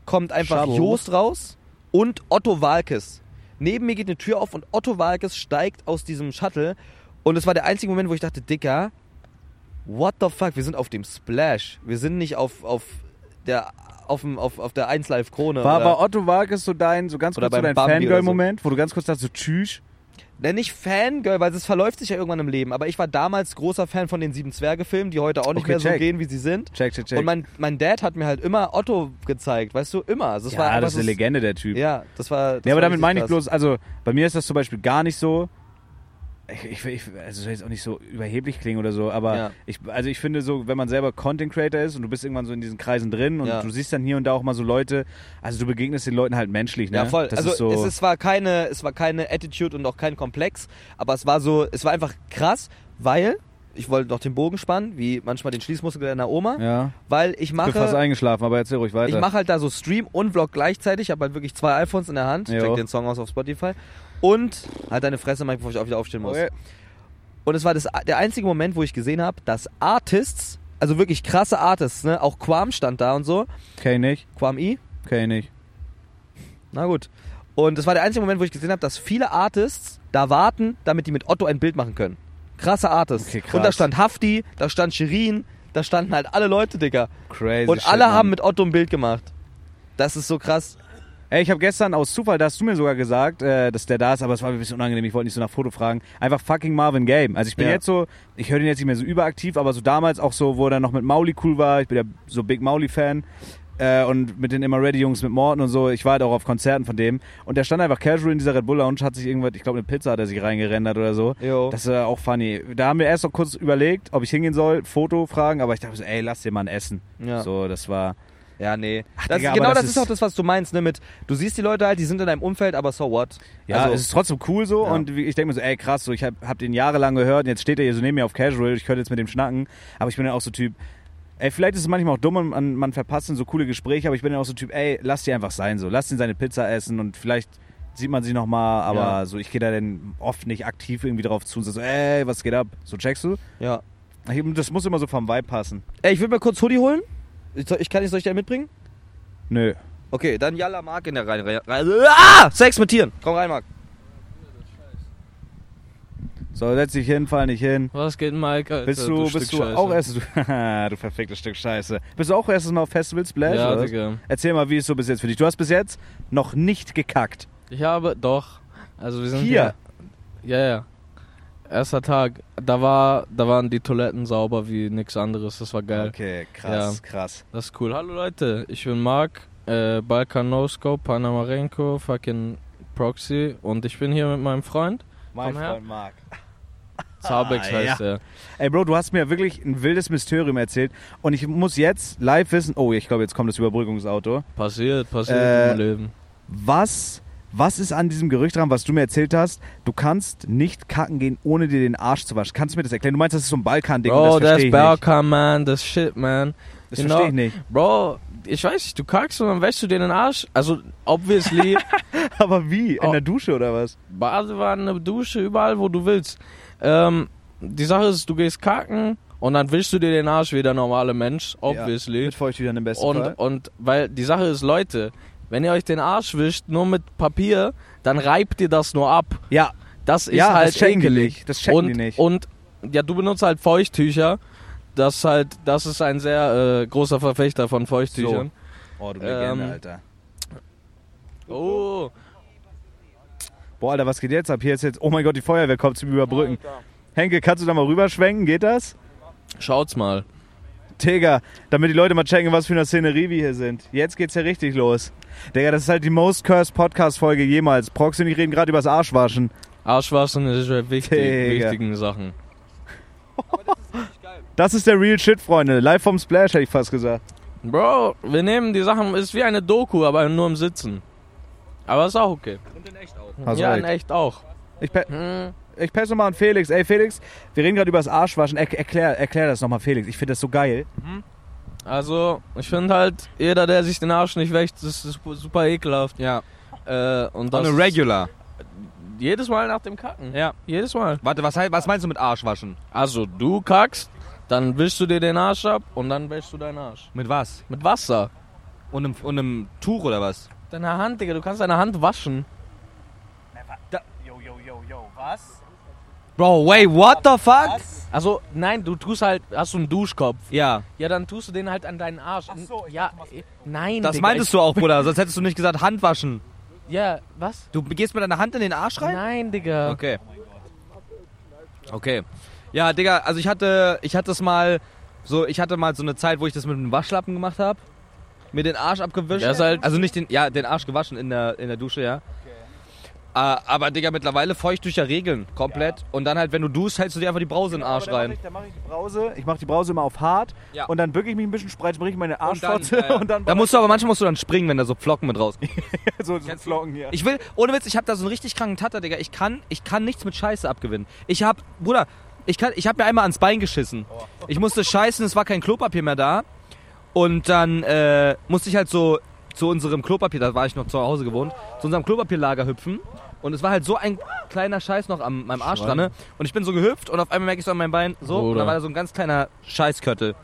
[SPEAKER 2] kommt einfach
[SPEAKER 1] Shuttle.
[SPEAKER 2] Joost raus und Otto Walkes. Neben mir geht eine Tür auf und Otto Walkes steigt aus diesem Shuttle. Und es war der einzige Moment, wo ich dachte, Dicker, what the fuck, wir sind auf dem Splash. Wir sind nicht auf, auf der auf, dem, auf, auf der 1 Live Krone.
[SPEAKER 1] War,
[SPEAKER 2] oder-
[SPEAKER 1] war Otto Walkes so dein, so ganz
[SPEAKER 2] Oder
[SPEAKER 1] kurz so dein
[SPEAKER 2] beim Bambi oder so.
[SPEAKER 1] Fangirl-Moment, wo du ganz kurz dachtest, so, tschüss.
[SPEAKER 2] Na, nicht Fangirl, weil es verläuft sich ja irgendwann im Leben. Aber ich war damals großer Fan von den Sieben Zwerge-Filmen, die heute auch nicht
[SPEAKER 1] Okay,
[SPEAKER 2] mehr so
[SPEAKER 1] check.
[SPEAKER 2] gehen, wie sie sind.
[SPEAKER 1] Check, check, check.
[SPEAKER 2] Und mein, mein Dad hat mir halt immer Otto gezeigt, weißt du, immer. Also, das war
[SPEAKER 1] ja,
[SPEAKER 2] einfach
[SPEAKER 1] das ist
[SPEAKER 2] so-
[SPEAKER 1] eine Legende, der Typ.
[SPEAKER 2] Ja, das war. Das
[SPEAKER 1] Ja, aber
[SPEAKER 2] war
[SPEAKER 1] damit
[SPEAKER 2] richtig
[SPEAKER 1] meine ich
[SPEAKER 2] krass.
[SPEAKER 1] bloß, also bei mir ist das zum Beispiel gar nicht so. Ich, ich, ich also soll jetzt auch nicht so überheblich klingen oder so, aber
[SPEAKER 2] Ja.
[SPEAKER 1] ich, also ich finde so, wenn man selber Content Creator ist und du bist irgendwann so in diesen Kreisen drin und
[SPEAKER 2] Ja.
[SPEAKER 1] du siehst dann hier und da auch mal so Leute, also du begegnest den Leuten halt menschlich, ne?
[SPEAKER 2] Ja, voll.
[SPEAKER 1] Das
[SPEAKER 2] also
[SPEAKER 1] ist so,
[SPEAKER 2] es ist, war keine, es war keine Attitude und auch kein Komplex, aber es war so, es war einfach krass, weil ich wollte noch den Bogen spannen, wie manchmal den Schließmuskel deiner Oma,
[SPEAKER 1] ja.
[SPEAKER 2] weil ich
[SPEAKER 1] Ich bin fast
[SPEAKER 2] mache,
[SPEAKER 1] eingeschlafen, aber erzähl ruhig weiter.
[SPEAKER 2] ich mache halt da so Stream und Vlog gleichzeitig, habe halt wirklich zwei iPhones in der Hand,
[SPEAKER 1] Jo.
[SPEAKER 2] check den Song aus auf Spotify und halt deine Fresse, Mike, bevor ich auch wieder aufstehen muss.
[SPEAKER 1] Okay.
[SPEAKER 2] Und es war das, der einzige Moment, wo ich gesehen habe, dass Artists, also wirklich krasse Artists, ne, auch Quam stand da und so,
[SPEAKER 1] Okay, nicht.
[SPEAKER 2] Quam I,
[SPEAKER 1] Okay, nicht.
[SPEAKER 2] na gut. Und es war der einzige Moment, wo ich gesehen habe, dass viele Artists da warten, damit die mit Otto ein Bild machen können. Krasse Artists.
[SPEAKER 1] Okay, krass.
[SPEAKER 2] Und da stand Hafti, da stand Shirin, da standen halt alle Leute, Digga.
[SPEAKER 1] Crazy.
[SPEAKER 2] Und
[SPEAKER 1] shit,
[SPEAKER 2] alle
[SPEAKER 1] Mann.
[SPEAKER 2] haben mit Otto ein Bild gemacht. Das ist so krass.
[SPEAKER 1] Ey, ich habe gestern aus Zufall, da hast du mir sogar gesagt, äh, dass der da ist, aber es war mir ein bisschen unangenehm, ich wollte nicht so nach Foto fragen. Einfach fucking Marvin Game. Also ich bin
[SPEAKER 2] Ja.
[SPEAKER 1] jetzt so, ich höre den jetzt nicht mehr so überaktiv, aber so damals auch so, wo er noch mit Mauli cool war, ich bin ja so Big Mauli-Fan. Äh, und mit den Immer Ready Jungs, mit Morten und so, ich war halt auch auf Konzerten von dem. Und der stand einfach casual in dieser Red Bull Lounge, hat sich irgendwas, ich glaube, eine Pizza hat er sich reingerendert oder so.
[SPEAKER 2] Jo.
[SPEAKER 1] Das war auch funny. Da haben wir erst noch kurz überlegt, ob ich hingehen soll, Foto fragen, aber ich dachte so, ey, lass dir mal ein Essen.
[SPEAKER 2] Ja.
[SPEAKER 1] So, das war.
[SPEAKER 2] Ja, nee. das
[SPEAKER 1] Digga,
[SPEAKER 2] ist, genau
[SPEAKER 1] aber
[SPEAKER 2] das,
[SPEAKER 1] das
[SPEAKER 2] ist
[SPEAKER 1] ist-
[SPEAKER 2] auch das, was du meinst, ne? Mit, du siehst die Leute halt, die sind in deinem Umfeld, aber so what?
[SPEAKER 1] Ja,
[SPEAKER 2] also,
[SPEAKER 1] es ist trotzdem cool so und wie- ich denke mir so, ey krass, so ich hab, hab den jahrelang gehört und jetzt steht er hier so neben mir auf Casual, ich könnte jetzt mit dem schnacken, aber ich bin ja auch so Typ, ey vielleicht ist es manchmal auch dumm und man, man verpasst dann so coole Gespräche, aber ich bin ja auch so Typ, ey lass die einfach sein so, lass ihn seine Pizza essen und vielleicht sieht man sie nochmal, aber
[SPEAKER 2] Ja.
[SPEAKER 1] so ich gehe da dann oft nicht aktiv irgendwie drauf zu und sag so, ey was geht ab, so checkst du?
[SPEAKER 2] ja.
[SPEAKER 1] Ich- Das muss immer so vom Vibe passen.
[SPEAKER 2] Ey, ich will mal kurz Hoodie holen. Ich, soll- ich kann nicht, soll ich den mitbringen?
[SPEAKER 1] Nö.
[SPEAKER 2] Okay, dann Jalla Mark in der rein. rein, rein ah! Sex mit Tieren. Komm rein, Mark.
[SPEAKER 1] So, setz dich hin, fall nicht hin.
[SPEAKER 8] Was geht, Mike? Alter,
[SPEAKER 1] Bist du, bist
[SPEAKER 8] Stück
[SPEAKER 1] du
[SPEAKER 8] Scheiße.
[SPEAKER 1] auch erstes, du, Haha, du verficktes Stück Scheiße. Bist du auch erstes Mal auf Festivals Splash?
[SPEAKER 8] Ja,
[SPEAKER 1] oder was?
[SPEAKER 8] Digga.
[SPEAKER 1] Erzähl mal, wie ist so bis jetzt für dich? Du hast bis jetzt noch nicht gekackt.
[SPEAKER 8] Ich habe, doch. Also, wir sind
[SPEAKER 1] Hier.
[SPEAKER 8] Ja, ja. Erster Tag. Da, war, da waren die Toiletten sauber wie nix anderes. Das war geil.
[SPEAKER 1] Okay, krass,
[SPEAKER 8] Ja.
[SPEAKER 1] krass.
[SPEAKER 8] Das ist cool. Hallo, Leute. Ich bin Marc, äh, Balkan No Scope, Panamarenko, fucking Proxy. Und ich bin hier mit meinem Freund.
[SPEAKER 1] Mein
[SPEAKER 8] Komm her.
[SPEAKER 1] Freund Marc.
[SPEAKER 8] Zabex
[SPEAKER 1] Ah,
[SPEAKER 8] heißt er.
[SPEAKER 1] Ey, Bro, du hast mir wirklich ein wildes Mysterium erzählt. Und ich muss jetzt live wissen. Oh, ich glaube, jetzt kommt das Überbrückungsauto.
[SPEAKER 8] Passiert, passiert
[SPEAKER 1] Äh,
[SPEAKER 8] im Leben.
[SPEAKER 1] Was, was ist an diesem Gerücht dran, was du mir erzählt hast? Du kannst nicht kacken gehen, ohne dir den Arsch zu waschen. Kannst du mir das erklären? Du meinst, das ist so ein Balkan-Ding. und
[SPEAKER 8] Bro,
[SPEAKER 1] das verstehe
[SPEAKER 8] that's
[SPEAKER 1] ich nicht.
[SPEAKER 8] Balkan, man. That's shit, man.
[SPEAKER 1] Das
[SPEAKER 8] you
[SPEAKER 1] verstehe
[SPEAKER 8] know.
[SPEAKER 1] ich nicht.
[SPEAKER 8] Bro, ich weiß nicht, du kackst und dann wäschst du dir den Arsch. Also, obviously,
[SPEAKER 1] Aber wie? In
[SPEAKER 8] Oh.
[SPEAKER 1] der Dusche oder was?
[SPEAKER 8] Badewanne, Dusche, überall, wo du willst. Ähm, die Sache ist, du gehst kacken und dann wischst du dir den Arsch wie der normale Mensch, obviously.
[SPEAKER 1] Mit Feuchttüchern im besten
[SPEAKER 8] und,
[SPEAKER 1] Fall.
[SPEAKER 8] und weil die Sache ist, Leute, wenn ihr euch den Arsch wischt, nur mit Papier, dann reibt ihr das nur ab.
[SPEAKER 1] Ja,
[SPEAKER 8] Das ist
[SPEAKER 1] ja,
[SPEAKER 8] halt
[SPEAKER 1] das checken die
[SPEAKER 8] ekelig.
[SPEAKER 1] nicht. Das checken
[SPEAKER 8] und,
[SPEAKER 1] die nicht.
[SPEAKER 8] Und ja, du benutzt halt Feuchttücher. Das halt, das ist ein sehr äh, großer Verfechter von Feuchttüchern.
[SPEAKER 1] oh, du
[SPEAKER 8] ähm,
[SPEAKER 1] Alter.
[SPEAKER 8] Oh,
[SPEAKER 1] Boah, Alter, was geht jetzt ab? Hier ist jetzt, oh mein Gott, die Feuerwehr kommt zum Überbrücken. Henke, kannst du da mal rüberschwenken? Geht das?
[SPEAKER 8] schaut's mal.
[SPEAKER 1] Digga, damit die Leute mal checken, was für eine Szenerie wir hier sind. Jetzt geht's ja richtig los. Digga, das ist halt die most cursed Podcast-Folge jemals. Proxy und ich reden gerade übers Arschwaschen.
[SPEAKER 8] Arschwaschen ist ja wichtig,
[SPEAKER 1] Digga.
[SPEAKER 8] wichtigen Sachen.
[SPEAKER 1] Das ist der real Shit, Freunde. Live vom Splash, hätte ich fast gesagt.
[SPEAKER 8] Bro, wir nehmen die Sachen, ist wie eine Doku, aber nur im Sitzen. Aber ist auch okay.
[SPEAKER 1] Hast
[SPEAKER 8] ja,
[SPEAKER 1] recht.
[SPEAKER 8] in
[SPEAKER 2] ne.
[SPEAKER 8] echt auch.
[SPEAKER 1] Also, Ich, pe
[SPEAKER 8] Hm.
[SPEAKER 1] ich passe mal an Felix. Ey, Felix, wir reden gerade übers Arschwaschen. Er erklär, erklär das nochmal, Felix. Ich finde das so geil.
[SPEAKER 8] Also, ich finde halt, jeder, der sich den Arsch nicht wäscht, das ist sup- super ekelhaft.
[SPEAKER 2] Ja.
[SPEAKER 8] Äh, und
[SPEAKER 2] On
[SPEAKER 8] das
[SPEAKER 2] a regular.
[SPEAKER 8] jedes Mal nach dem Kacken.
[SPEAKER 2] Ja.
[SPEAKER 8] Jedes Mal.
[SPEAKER 2] Warte, was, hei- was meinst du mit Arsch waschen?
[SPEAKER 8] Also, du kackst, dann wischst du dir den Arsch ab und dann wäschst du deinen Arsch.
[SPEAKER 2] Mit was?
[SPEAKER 8] Mit Wasser.
[SPEAKER 2] Und einem, und einem Tuch oder was?
[SPEAKER 8] Deine Hand, Digga, du kannst deine Hand waschen.
[SPEAKER 6] Yo, yo, yo, yo, was?
[SPEAKER 2] Bro, wait, what the fuck?
[SPEAKER 8] Also, nein, du tust halt, hast du einen Duschkopf.
[SPEAKER 2] Ja,
[SPEAKER 8] Ja, dann tust du den halt an deinen Arsch. Ach
[SPEAKER 6] so, ich
[SPEAKER 8] ja, äh, nein.
[SPEAKER 2] das
[SPEAKER 8] Digga,
[SPEAKER 2] meintest du auch, Bruder. Sonst hättest du nicht gesagt, Hand waschen.
[SPEAKER 8] ich, Ja, was?
[SPEAKER 2] Du gehst mit deiner Hand in den Arsch rein?
[SPEAKER 8] Nein, Digga.
[SPEAKER 2] Okay. Okay. Ja, Digga, also ich hatte, ich hatte es mal so, ich hatte mal so eine Zeit, wo ich das mit einem Waschlappen gemacht habe. Mir den Arsch abgewischt.
[SPEAKER 8] Ja, ist halt-
[SPEAKER 2] also nicht den, ja, den Arsch gewaschen in der, in der Dusche, ja. Äh, aber Digga, mittlerweile Feuchttücher regeln komplett. Und dann halt, wenn du duschst, hältst du dir einfach die Brause in den Arsch rein.
[SPEAKER 1] Genau, Dann halt mache ich die Brause. Ich mache die Brause immer auf hart.
[SPEAKER 2] Ja.
[SPEAKER 1] Und dann bücke ich mich ein bisschen, spreite ich meine Arschfotze.
[SPEAKER 2] dann, ja, ja.
[SPEAKER 1] Und dann,
[SPEAKER 2] Da musst du aber manchmal musst du dann springen, wenn da so Flocken mit rauskommen.
[SPEAKER 1] so, so Flocken hier.
[SPEAKER 2] Ich will, ohne Witz, ich habe da so einen richtig kranken Tatter, Digga. Ich kann, ich kann nichts mit Scheiße abgewinnen. Ich hab, Bruder, ich, kann, ich hab mir einmal ans Bein geschissen. Ich musste scheißen, es war kein Klopapier mehr da. Und dann äh, musste ich halt so zu unserem Klopapier, da war ich noch zu Hause gewohnt, zu unserem Klopapierlager hüpfen. Und es war halt so ein kleiner Scheiß noch am meinem Arsch dran. ne? Und ich bin so gehüpft und auf einmal merke ich so an meinem Bein so, und
[SPEAKER 8] Bruder.
[SPEAKER 2] da war da so ein ganz kleiner Scheißköttel.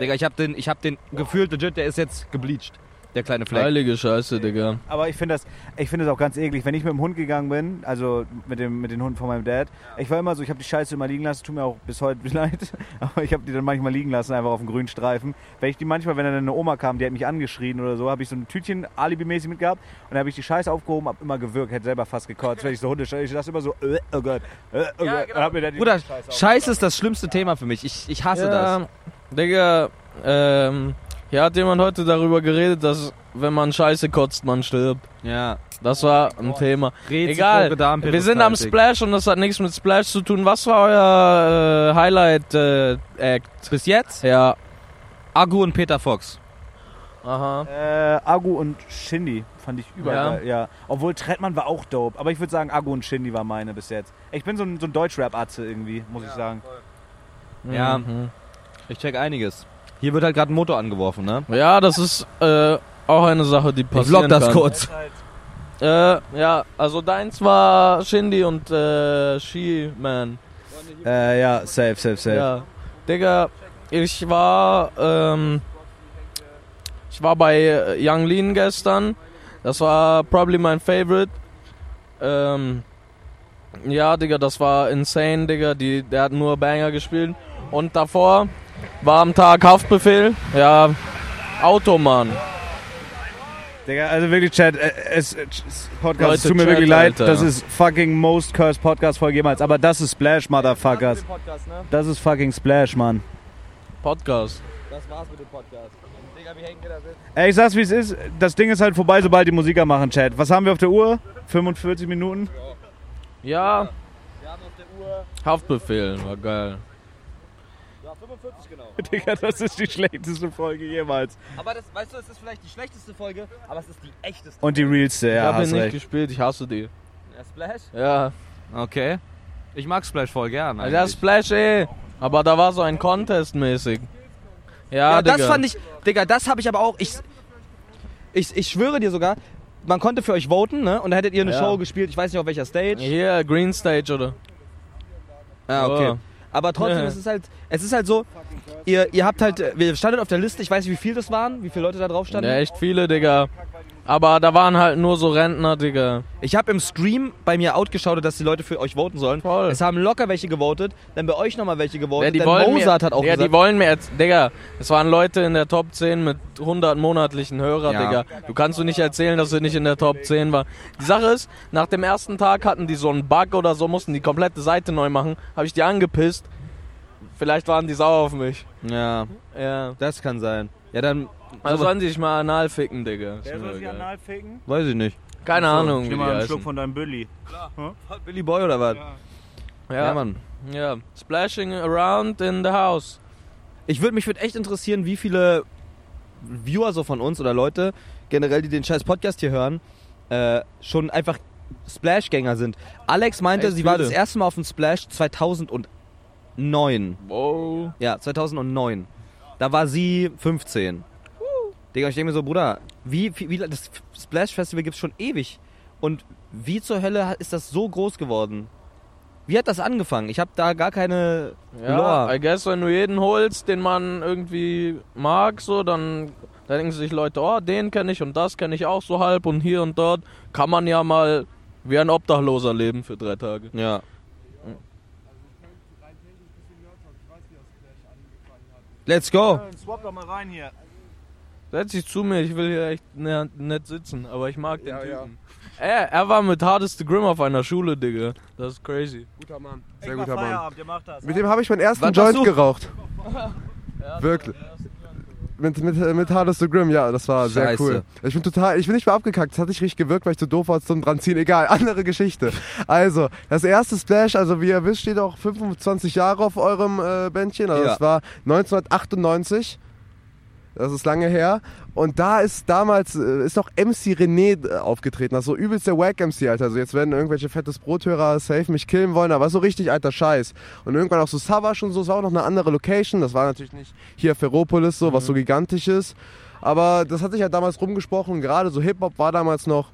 [SPEAKER 2] Digga, ich hab den, ich hab den gefühlt legit, der ist jetzt gebleached. der kleine Fleck.
[SPEAKER 3] Heilige Scheiße, Digga.
[SPEAKER 1] Aber ich finde das, ich finde das auch ganz eklig. Wenn ich mit dem Hund gegangen bin, also mit dem mit den Hunden von meinem Dad, ich war immer so, ich habe die Scheiße immer liegen lassen, tut mir auch bis heute leid, aber ich habe die dann manchmal liegen lassen, einfach auf dem grünen Streifen. Wenn ich die manchmal, wenn dann eine Oma kam, die hat mich angeschrien oder so, habe ich so ein Tütchen alibimäßig mitgehabt und da habe ich die Scheiße aufgehoben, habe immer gewirkt, hätte selber fast gekotzt, wenn ich so Hunde, ich lasse immer so, äh, oh Gott, äh, oh Gott. und hab mir dann die
[SPEAKER 2] Bruder,
[SPEAKER 1] Scheiße
[SPEAKER 2] Scheiße ist das schlimmste Thema für mich. Ich, ich hasse das.
[SPEAKER 3] Ja, Digga, ähm, hier hat jemand heute darüber geredet, dass wenn man Scheiße kotzt, man stirbt.
[SPEAKER 2] Ja.
[SPEAKER 3] Das war ein Thema. Egal,
[SPEAKER 2] Darm-
[SPEAKER 3] wir sind am Splash und das hat nichts mit Splash zu tun. Was war euer äh, Highlight-Act?
[SPEAKER 2] Bis jetzt?
[SPEAKER 3] ja.
[SPEAKER 2] Agu und Peter Fox.
[SPEAKER 3] Aha.
[SPEAKER 1] Äh, Agu und Shindy fand ich überall.
[SPEAKER 3] Ja.
[SPEAKER 1] Ja. ja. Obwohl Trettmann war auch dope. Aber ich würde sagen, Agu und Shindy war meine bis jetzt. Ich bin so ein, so ein Deutschrap-Atze irgendwie, muss ich sagen.
[SPEAKER 2] Ja.
[SPEAKER 3] Mhm.
[SPEAKER 2] Ich check einiges. Hier wird halt gerade ein Motor angeworfen, ne?
[SPEAKER 3] Ja, das ist äh, auch eine Sache, die passieren
[SPEAKER 2] vlog das
[SPEAKER 3] kann.
[SPEAKER 2] kurz.
[SPEAKER 3] Äh, ja, also deins war Shindy und äh, She-Man.
[SPEAKER 1] Äh, ja, safe, safe, safe.
[SPEAKER 3] Ja. Digga, ich war, ähm, ich war bei äh, Young Lean gestern. Das war probably mein Favorite. Ähm, ja, Digga, das war insane, Digga. Die, der hat nur Banger gespielt. Und davor war am Tag Haftbefehl. Ja, Automann.
[SPEAKER 1] Digga, also wirklich, Chat, äh, es, äh, Podcast,
[SPEAKER 3] Leute,
[SPEAKER 1] es tut mir
[SPEAKER 3] Chat,
[SPEAKER 1] wirklich leid.
[SPEAKER 3] Alter.
[SPEAKER 1] Das ist fucking most cursed Podcast-Folge jemals. Aber das ist Splash, Motherfuckers.
[SPEAKER 8] Podcast, ne?
[SPEAKER 1] Das ist fucking Splash, Mann.
[SPEAKER 3] Podcast.
[SPEAKER 8] Das war's mit dem Podcast. Digga, wie hängen wir da mit?
[SPEAKER 1] Ey, ich sag's wie es ist. Das Ding ist halt vorbei, sobald die Musiker machen, Chat. Was haben wir auf der Uhr? 45 Minuten?
[SPEAKER 3] Ja,
[SPEAKER 8] Wir haben auf der Uhr
[SPEAKER 3] Haftbefehl war geil.
[SPEAKER 8] ja, 45 genau.
[SPEAKER 1] Digga, das ist die schlechteste Folge jemals.
[SPEAKER 8] Aber das, weißt du, es ist vielleicht die schlechteste Folge, aber es ist die echteste.
[SPEAKER 1] Und die realste,
[SPEAKER 3] ich
[SPEAKER 1] ja,
[SPEAKER 3] hab ihn
[SPEAKER 1] hast
[SPEAKER 3] nicht
[SPEAKER 1] recht.
[SPEAKER 3] gespielt, ich hasse die.
[SPEAKER 8] Ja, Splash?
[SPEAKER 3] Ja,
[SPEAKER 2] Okay. Ich mag Splash voll gern.
[SPEAKER 3] Alter, das Splash eh. Aber da war so ein Contest mäßig. Ja,
[SPEAKER 2] ja,
[SPEAKER 3] Digga.
[SPEAKER 2] das fand ich, Digga, das habe ich aber auch. Ich, ich, ich schwöre dir sogar, man konnte für euch voten, ne? Und da hättet ihr eine
[SPEAKER 3] Ja.
[SPEAKER 2] Show gespielt, ich weiß nicht auf welcher Stage.
[SPEAKER 3] Hier, Green Stage, oder?
[SPEAKER 2] Ah, okay.
[SPEAKER 3] Ja.
[SPEAKER 2] Aber trotzdem,
[SPEAKER 3] Ja.
[SPEAKER 2] es ist halt, es ist halt so, ihr, ihr habt halt, äh, wir standet auf der Liste, ich weiß nicht, wie viel das waren, wie viele Leute da drauf standen.
[SPEAKER 3] Ja, echt viele, Digga. Aber da waren halt nur so Rentner, Digga.
[SPEAKER 2] Ich habe im Stream bei mir outgeschautet, dass die Leute für euch voten sollen.
[SPEAKER 3] Voll.
[SPEAKER 2] Es haben locker welche gewotet, dann bei euch nochmal welche
[SPEAKER 3] Ja,
[SPEAKER 2] gewotet,
[SPEAKER 3] die
[SPEAKER 2] dann
[SPEAKER 3] wollen mir,
[SPEAKER 2] Mozart hat auch
[SPEAKER 3] ja, die
[SPEAKER 2] gesagt.
[SPEAKER 3] wollen mir jetzt, Digga, es waren Leute in der Top 10 mit 100 monatlichen Hörer,
[SPEAKER 2] Ja.
[SPEAKER 3] Digga. Du kannst du nicht erzählen, dass sie nicht in der Top 10 waren. Die Sache ist, nach dem ersten Tag hatten die so einen Bug oder so, mussten die komplette Seite neu machen. Habe ich die angepisst. Vielleicht waren die sauer auf mich.
[SPEAKER 2] ja,
[SPEAKER 3] Ja.
[SPEAKER 2] das kann sein. Ja, dann,
[SPEAKER 3] Also sollen sie sich mal anal ficken, Digga. Ist mir egal.
[SPEAKER 1] ficken?
[SPEAKER 2] weiß ich nicht.
[SPEAKER 3] Keine Ahnung, wie
[SPEAKER 1] Nimm
[SPEAKER 3] die
[SPEAKER 1] mal einen Schluck
[SPEAKER 3] heißen.
[SPEAKER 1] von deinem Hm? Billy.
[SPEAKER 2] Billy Boy oder was?
[SPEAKER 3] Ja, ja,
[SPEAKER 2] Mann.
[SPEAKER 3] Splashing around in the house.
[SPEAKER 2] Ich würde mich würd echt interessieren, wie viele Viewer so von uns oder Leute generell, die den scheiß Podcast hier hören, äh, schon einfach Splashgänger sind. Alex meinte,
[SPEAKER 3] Echt
[SPEAKER 2] sie war
[SPEAKER 3] viele.
[SPEAKER 2] das erste Mal auf dem Splash 2009.
[SPEAKER 3] Wow.
[SPEAKER 2] Ja, 2009. Da war sie 15. Digga, ich denke mir so, Bruder, wie, wie, wie das Splash Festival gibt's schon ewig. Und wie zur Hölle hat- ist das so groß geworden? Wie hat das angefangen? Ich habe da gar keine
[SPEAKER 3] Ja,
[SPEAKER 2] Lore.
[SPEAKER 3] I guess, wenn du jeden holst, den man irgendwie mag, so, dann, dann denken sich Leute, oh, den kenne ich und das kenne ich auch so halb und hier und dort. Kann man ja mal wie ein Obdachloser leben für drei Tage.
[SPEAKER 2] Ja. Let's go.
[SPEAKER 1] Swap doch mal rein hier.
[SPEAKER 3] Setz dich zu mir, ich will hier echt ne- nett sitzen, aber ich mag den
[SPEAKER 7] Ja, ja.
[SPEAKER 3] Typen. Er, er war mit Hardest Grim auf einer Schule, Digga. Das ist crazy.
[SPEAKER 7] Guter Mann. Sehr guter Mann.
[SPEAKER 1] ihr macht das.
[SPEAKER 7] Mit dem habe ich meinen ersten
[SPEAKER 2] Was hast
[SPEAKER 7] Joint
[SPEAKER 2] du?
[SPEAKER 7] geraucht. Wirklich. Mit, mit, mit Hardest to Grim, ja, das war sehr
[SPEAKER 2] Scheiße.
[SPEAKER 7] cool. Ich bin total, ich bin nicht mehr abgekackt, das hat nicht richtig gewirkt, weil ich zu doof war zum dran ziehen. Egal, andere Geschichte. Also, das erste Splash, also wie ihr wisst, steht auch 25 Jahre auf eurem äh, Bändchen. Also
[SPEAKER 2] Ja.
[SPEAKER 7] das war 1998. Das ist lange her. Und da ist damals, äh, ist noch MC René äh, aufgetreten. Das ist so übelst der Wack MC, Alter. Also jetzt werden irgendwelche fettes Brothörer safe mich killen wollen, aber so richtig alter Scheiß. Und irgendwann auch so Savage und so, es war auch noch eine andere Location. Das war natürlich nicht hier Ferropolis so,
[SPEAKER 2] Mhm.
[SPEAKER 7] was so gigantisch ist. Aber das hat sich ja halt damals rumgesprochen. Gerade so Hip-Hop war damals noch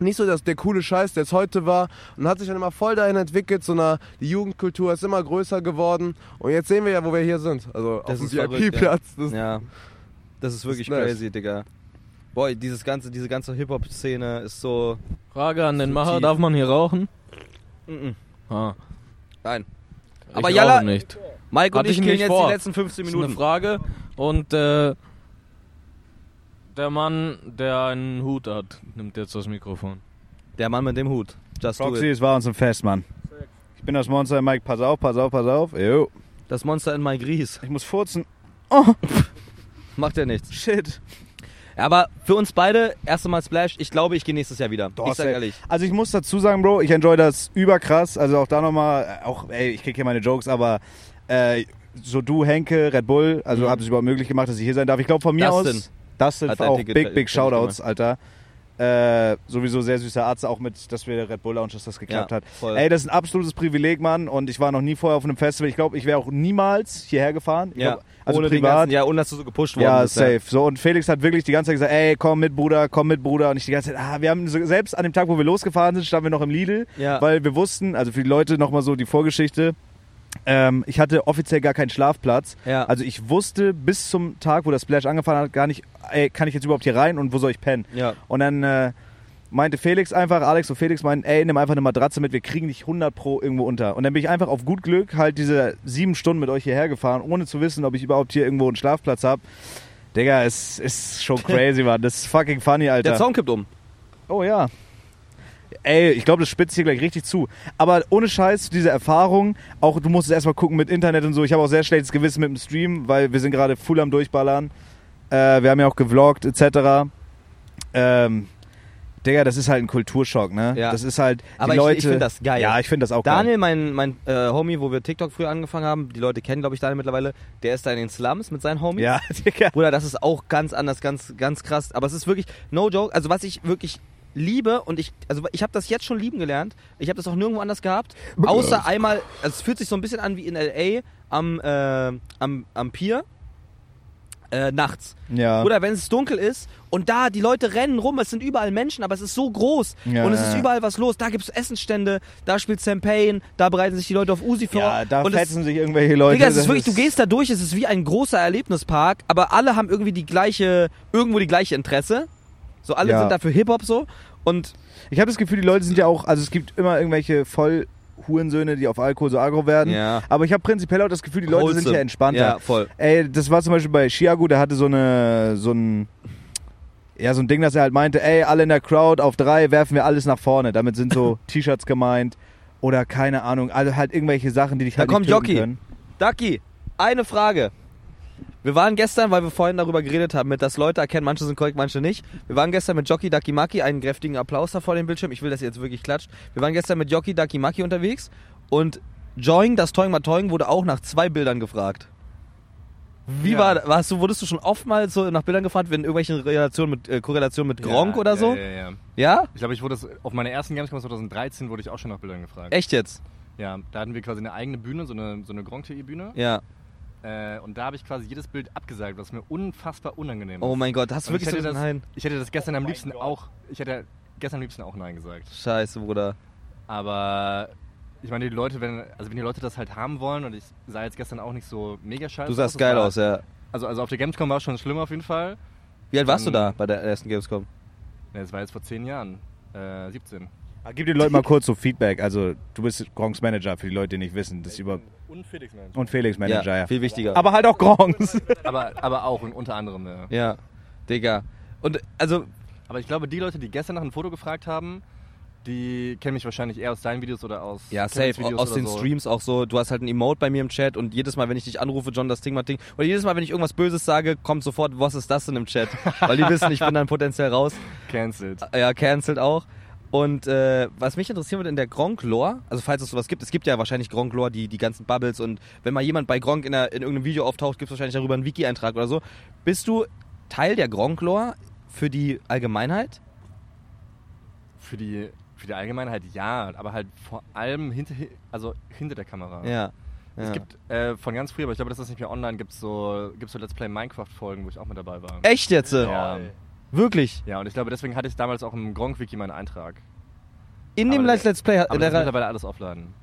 [SPEAKER 7] nicht so das, der coole Scheiß, der es heute war. Und hat sich dann immer voll dahin entwickelt. So eine, die Jugendkultur ist immer größer geworden. Und jetzt sehen wir ja, wo wir hier sind. Also
[SPEAKER 2] Das
[SPEAKER 7] auf
[SPEAKER 2] ist
[SPEAKER 7] dem
[SPEAKER 2] verrückt,
[SPEAKER 7] VIP-Platz. Das
[SPEAKER 2] Ja. Das ist wirklich
[SPEAKER 7] nice.
[SPEAKER 2] crazy, Digga. Boah, dieses ganze, diese ganze Hip-Hop-Szene ist so.
[SPEAKER 8] Frage an den Macher,
[SPEAKER 2] tief.
[SPEAKER 8] darf man hier rauchen?
[SPEAKER 2] Mhm.
[SPEAKER 8] Ah,
[SPEAKER 2] Nein.
[SPEAKER 8] ich
[SPEAKER 2] Aber Jalla,
[SPEAKER 8] rauche nicht.
[SPEAKER 2] Mike und
[SPEAKER 8] Hatte
[SPEAKER 2] ich
[SPEAKER 8] ich
[SPEAKER 2] gehen
[SPEAKER 8] nicht
[SPEAKER 2] jetzt
[SPEAKER 8] vor.
[SPEAKER 2] die letzten 15
[SPEAKER 8] Das ist eine
[SPEAKER 2] Minuten.
[SPEAKER 8] Frage. Und äh, der Mann, der einen Hut hat, nimmt jetzt das Mikrofon.
[SPEAKER 2] Der Mann mit dem Hut. Just do
[SPEAKER 1] Proxy,
[SPEAKER 2] it.
[SPEAKER 1] es war uns ein Fest, Mann. Ich bin das Monster, Mike. Pass auf, pass auf, pass auf. Jo.
[SPEAKER 2] Das Monster in Mike Ries.
[SPEAKER 1] Ich muss furzen.
[SPEAKER 2] Macht ja nichts.
[SPEAKER 1] Shit.
[SPEAKER 2] Aber für uns beide, erste Mal Splash, ich glaube, ich gehe nächstes Jahr wieder.
[SPEAKER 1] Doch,
[SPEAKER 2] ich sag
[SPEAKER 1] safe.
[SPEAKER 2] ehrlich.
[SPEAKER 1] Also ich muss dazu sagen, Bro, ich enjoy das überkrass. Also auch da nochmal, äh, auch, ey, ich krieg hier meine Jokes, aber äh, so du, Henke, Red Bull, also habt es überhaupt möglich gemacht, dass ich hier sein darf. Ich glaube von mir
[SPEAKER 2] Mhm. Dustin.
[SPEAKER 1] aus, Dustin
[SPEAKER 2] Hat ein
[SPEAKER 1] auch
[SPEAKER 2] Ticket
[SPEAKER 1] big, big
[SPEAKER 2] fertig gemacht.
[SPEAKER 1] Shoutouts, Alter. Äh, sowieso sehr süßer Arzt, auch mit, dass wir Red Bull Lounge, dass das geklappt
[SPEAKER 2] Ja,
[SPEAKER 1] hat.
[SPEAKER 2] voll.
[SPEAKER 1] Ey, das ist ein absolutes Privileg, Mann. Und ich war noch nie vorher auf einem Festival. Ich glaube, ich wäre auch niemals hierher gefahren. Ich
[SPEAKER 2] Ja.
[SPEAKER 1] glaub, also
[SPEAKER 2] ohne den
[SPEAKER 1] privat.
[SPEAKER 2] ganzen, ja, ohne dass du so gepusht worden
[SPEAKER 1] Ja,
[SPEAKER 2] bist.
[SPEAKER 1] safe. So, und Felix hat wirklich die ganze Zeit gesagt, ey, komm mit, Bruder, komm mit, Bruder. Und ich die ganze Zeit, ah, wir haben so, selbst an dem Tag, wo wir losgefahren sind, standen wir noch im Lidl,
[SPEAKER 2] Ja.
[SPEAKER 1] weil wir wussten, also für die Leute nochmal so die Vorgeschichte, ähm, ich hatte offiziell gar keinen Schlafplatz.
[SPEAKER 2] Ja.
[SPEAKER 1] Also ich wusste bis zum Tag, wo das Splash angefangen hat, gar nicht, ey, kann ich jetzt überhaupt hier rein und wo soll ich pennen?
[SPEAKER 2] Ja.
[SPEAKER 1] Und dann äh, meinte Felix einfach, Alex und Felix meinten, ey, nimm einfach eine Matratze mit, wir kriegen dich 100 pro irgendwo unter. Und dann bin ich einfach auf gut Glück halt diese sieben Stunden mit euch hierher gefahren, ohne zu wissen, ob ich überhaupt hier irgendwo einen Schlafplatz habe. Digga, es ist schon crazy, Mann. Das ist fucking funny, Alter.
[SPEAKER 2] Der Zaun kippt um.
[SPEAKER 1] Oh ja. Ey, ich glaube, das spitzt hier gleich richtig zu. Aber ohne Scheiß, diese Erfahrung, auch du musst es erstmal gucken mit Internet und so. Ich habe auch sehr schlechtes Gewissen mit dem Stream, weil wir sind gerade full am Durchballern. Äh, wir haben ja auch gevloggt, etc. Ähm, Digga, das ist halt ein Kulturschock, ne?
[SPEAKER 2] Ja.
[SPEAKER 1] Das ist halt, die
[SPEAKER 2] Aber ich- ich
[SPEAKER 1] Leute...
[SPEAKER 2] find das geil.
[SPEAKER 1] Ja, ich finde das auch geil.
[SPEAKER 2] Daniel, mein, mein äh, Homie, wo wir TikTok früher angefangen haben, die Leute kennen, glaube ich, Daniel mittlerweile, der ist da in den Slums mit seinen Homies.
[SPEAKER 1] Ja, Digga.
[SPEAKER 2] Bruder, das ist auch ganz anders, ganz, ganz krass. Aber es ist wirklich, no joke, also was ich wirklich liebe und ich, also ich habe das jetzt schon lieben gelernt. Ich habe das auch nirgendwo anders gehabt. Außer einmal, also es fühlt sich so ein bisschen an wie in L.A. am, äh, am, am Pier. Äh, nachts.
[SPEAKER 1] Ja.
[SPEAKER 2] Oder wenn es dunkel ist und da die Leute rennen rum, es sind überall Menschen, aber es ist so groß
[SPEAKER 1] Ja,
[SPEAKER 2] und es
[SPEAKER 1] ja,
[SPEAKER 2] ist
[SPEAKER 1] ja.
[SPEAKER 2] überall was los. Da gibt es Essenstände, da spielt Sam Payne, da bereiten sich die Leute auf Uzi vor.
[SPEAKER 1] ja, da
[SPEAKER 2] und es-
[SPEAKER 1] fetzen sich irgendwelche Leute.
[SPEAKER 2] Digga, es ist wirklich, du gehst da durch, es ist wie ein großer Erlebnispark, aber alle haben irgendwie die gleiche, irgendwo die gleiche Interesse. So, alle
[SPEAKER 1] Ja.
[SPEAKER 2] sind dafür Hip-Hop so. Und
[SPEAKER 1] Ich habe das Gefühl, die Leute sind ja auch, also es gibt immer irgendwelche voll Hurensöhne, die auf Alkohol so agro werden.
[SPEAKER 2] Ja.
[SPEAKER 1] Aber ich habe prinzipiell auch das Gefühl, die Leute sind
[SPEAKER 2] Wholesome.
[SPEAKER 1] hier entspannter.
[SPEAKER 2] Ja, voll.
[SPEAKER 1] Ey, das war zum Beispiel bei Chiago, der hatte so eine, so ein, ja, so ein Ding, dass er halt meinte, ey, alle in der Crowd auf drei werfen wir alles nach vorne. Damit sind so T-Shirts gemeint oder keine Ahnung, also halt irgendwelche Sachen, die dich
[SPEAKER 2] Da
[SPEAKER 1] halt
[SPEAKER 2] kommt
[SPEAKER 1] nicht töten
[SPEAKER 2] Jockey.
[SPEAKER 1] können.
[SPEAKER 2] Ducky, eine Frage. Wir waren gestern, weil wir vorhin darüber geredet haben, mit dass Leute erkennen, manche sind korrekt, manche nicht. Wir waren gestern mit Jockey Ducky Maki, einen kräftigen Applaus da vor dem Bildschirm. Ich will, dass ihr jetzt wirklich klatscht. Wir waren gestern mit Jockey Ducky Maki unterwegs und Joing, das Toing Matoing, wurde auch nach zwei Bildern gefragt. Wie war, warst du, wurdest du schon oftmals so nach Bildern gefragt, wenn irgendwelche Relation mit, äh, Korrelation mit Gronk oder so?
[SPEAKER 9] Ja, ja, ja.
[SPEAKER 2] ja?
[SPEAKER 9] Ich glaube, ich wurde das, auf meiner ersten Gamescom 2013 wurde ich auch schon nach Bildern gefragt.
[SPEAKER 2] Echt jetzt?
[SPEAKER 9] Ja, da hatten wir quasi eine eigene Bühne, so eine, so eine Gronk-TE-Bühne.
[SPEAKER 2] Ja.
[SPEAKER 9] Äh, und da habe ich quasi jedes Bild abgesagt, was mir unfassbar unangenehm ist.
[SPEAKER 2] Oh mein Gott, hast du
[SPEAKER 9] Und ich
[SPEAKER 2] wirklich
[SPEAKER 9] hätte,
[SPEAKER 2] so
[SPEAKER 9] das,
[SPEAKER 2] Nein.
[SPEAKER 9] ich hätte das gestern am liebsten auch. Ich hätte gestern am liebsten auch Nein gesagt.
[SPEAKER 2] Scheiße, Bruder.
[SPEAKER 9] Aber ich meine, die Leute, wenn, also wenn die Leute das halt haben wollen und ich sah jetzt gestern auch nicht so mega scheiße.
[SPEAKER 2] Du
[SPEAKER 9] aus,
[SPEAKER 2] sahst
[SPEAKER 9] das
[SPEAKER 2] geil
[SPEAKER 9] war-
[SPEAKER 2] aus, ja.
[SPEAKER 9] Also, also auf der Gamescom war es schon schlimm auf jeden Fall.
[SPEAKER 2] Wie alt
[SPEAKER 1] Mhm.
[SPEAKER 2] warst du da
[SPEAKER 9] Dann-
[SPEAKER 2] bei der ersten Gamescom?
[SPEAKER 9] Ne, das war jetzt vor zehn Jahren. Äh, 17.
[SPEAKER 1] Ah, Gib den Leuten mal kurz so Feedback. Also, du bist Gronks Manager, für die Leute, die nicht wissen. Das ist über
[SPEAKER 9] Und Felix Mensch.
[SPEAKER 1] und Felix Manager, ja.
[SPEAKER 2] Viel wichtiger.
[SPEAKER 1] Aber halt auch Gronks.
[SPEAKER 9] Aber, aber auch und unter anderem. Ja.
[SPEAKER 2] ja, Digga. Und also,
[SPEAKER 9] Aber ich glaube, die Leute, die gestern nach einem Foto gefragt haben, die kennen mich wahrscheinlich eher aus deinen Videos oder aus
[SPEAKER 2] ja,
[SPEAKER 9] Kevins
[SPEAKER 2] safe,
[SPEAKER 9] Videos
[SPEAKER 2] aus
[SPEAKER 9] oder
[SPEAKER 2] den
[SPEAKER 9] so.
[SPEAKER 2] Streams auch so. Du hast halt ein Emote bei mir im Chat und jedes Mal, wenn ich dich anrufe, John, das Ding, mal Ding. Oder jedes Mal, wenn ich irgendwas Böses sage, kommt sofort, was ist das denn im Chat? Weil die wissen, ich bin dann potenziell raus.
[SPEAKER 9] Cancelled.
[SPEAKER 2] Ja, cancelled auch. Und äh, was mich interessieren würde in der Gronk-Lore, also falls es sowas gibt, es gibt ja wahrscheinlich Gronk-Lore, die, die ganzen Bubbles und wenn mal jemand bei Gronk in, einer, in irgendeinem Video auftaucht, gibt es wahrscheinlich darüber einen Wiki-Eintrag oder so. Bist du Teil der Gronk-Lore für die Allgemeinheit?
[SPEAKER 9] Für die, für die Allgemeinheit ja, aber halt vor allem hinter, also hinter der Kamera.
[SPEAKER 2] Ja.
[SPEAKER 9] Es
[SPEAKER 2] ja.
[SPEAKER 9] gibt äh, von ganz früh, aber ich glaube, das ist nicht mehr online, gibt es so, gibt's so Let's Play Minecraft-Folgen, wo ich auch mit dabei war.
[SPEAKER 2] Echt jetzt?
[SPEAKER 9] Ja.
[SPEAKER 2] Wirklich?
[SPEAKER 9] ja, und ich glaube, deswegen hatte ich damals auch im Gronk-Wiki meinen Eintrag.
[SPEAKER 2] In dem
[SPEAKER 9] Aber
[SPEAKER 2] Let's
[SPEAKER 9] der-
[SPEAKER 2] Let's Play hat
[SPEAKER 9] Aber
[SPEAKER 2] der
[SPEAKER 9] das ist mittlerweile alles offline.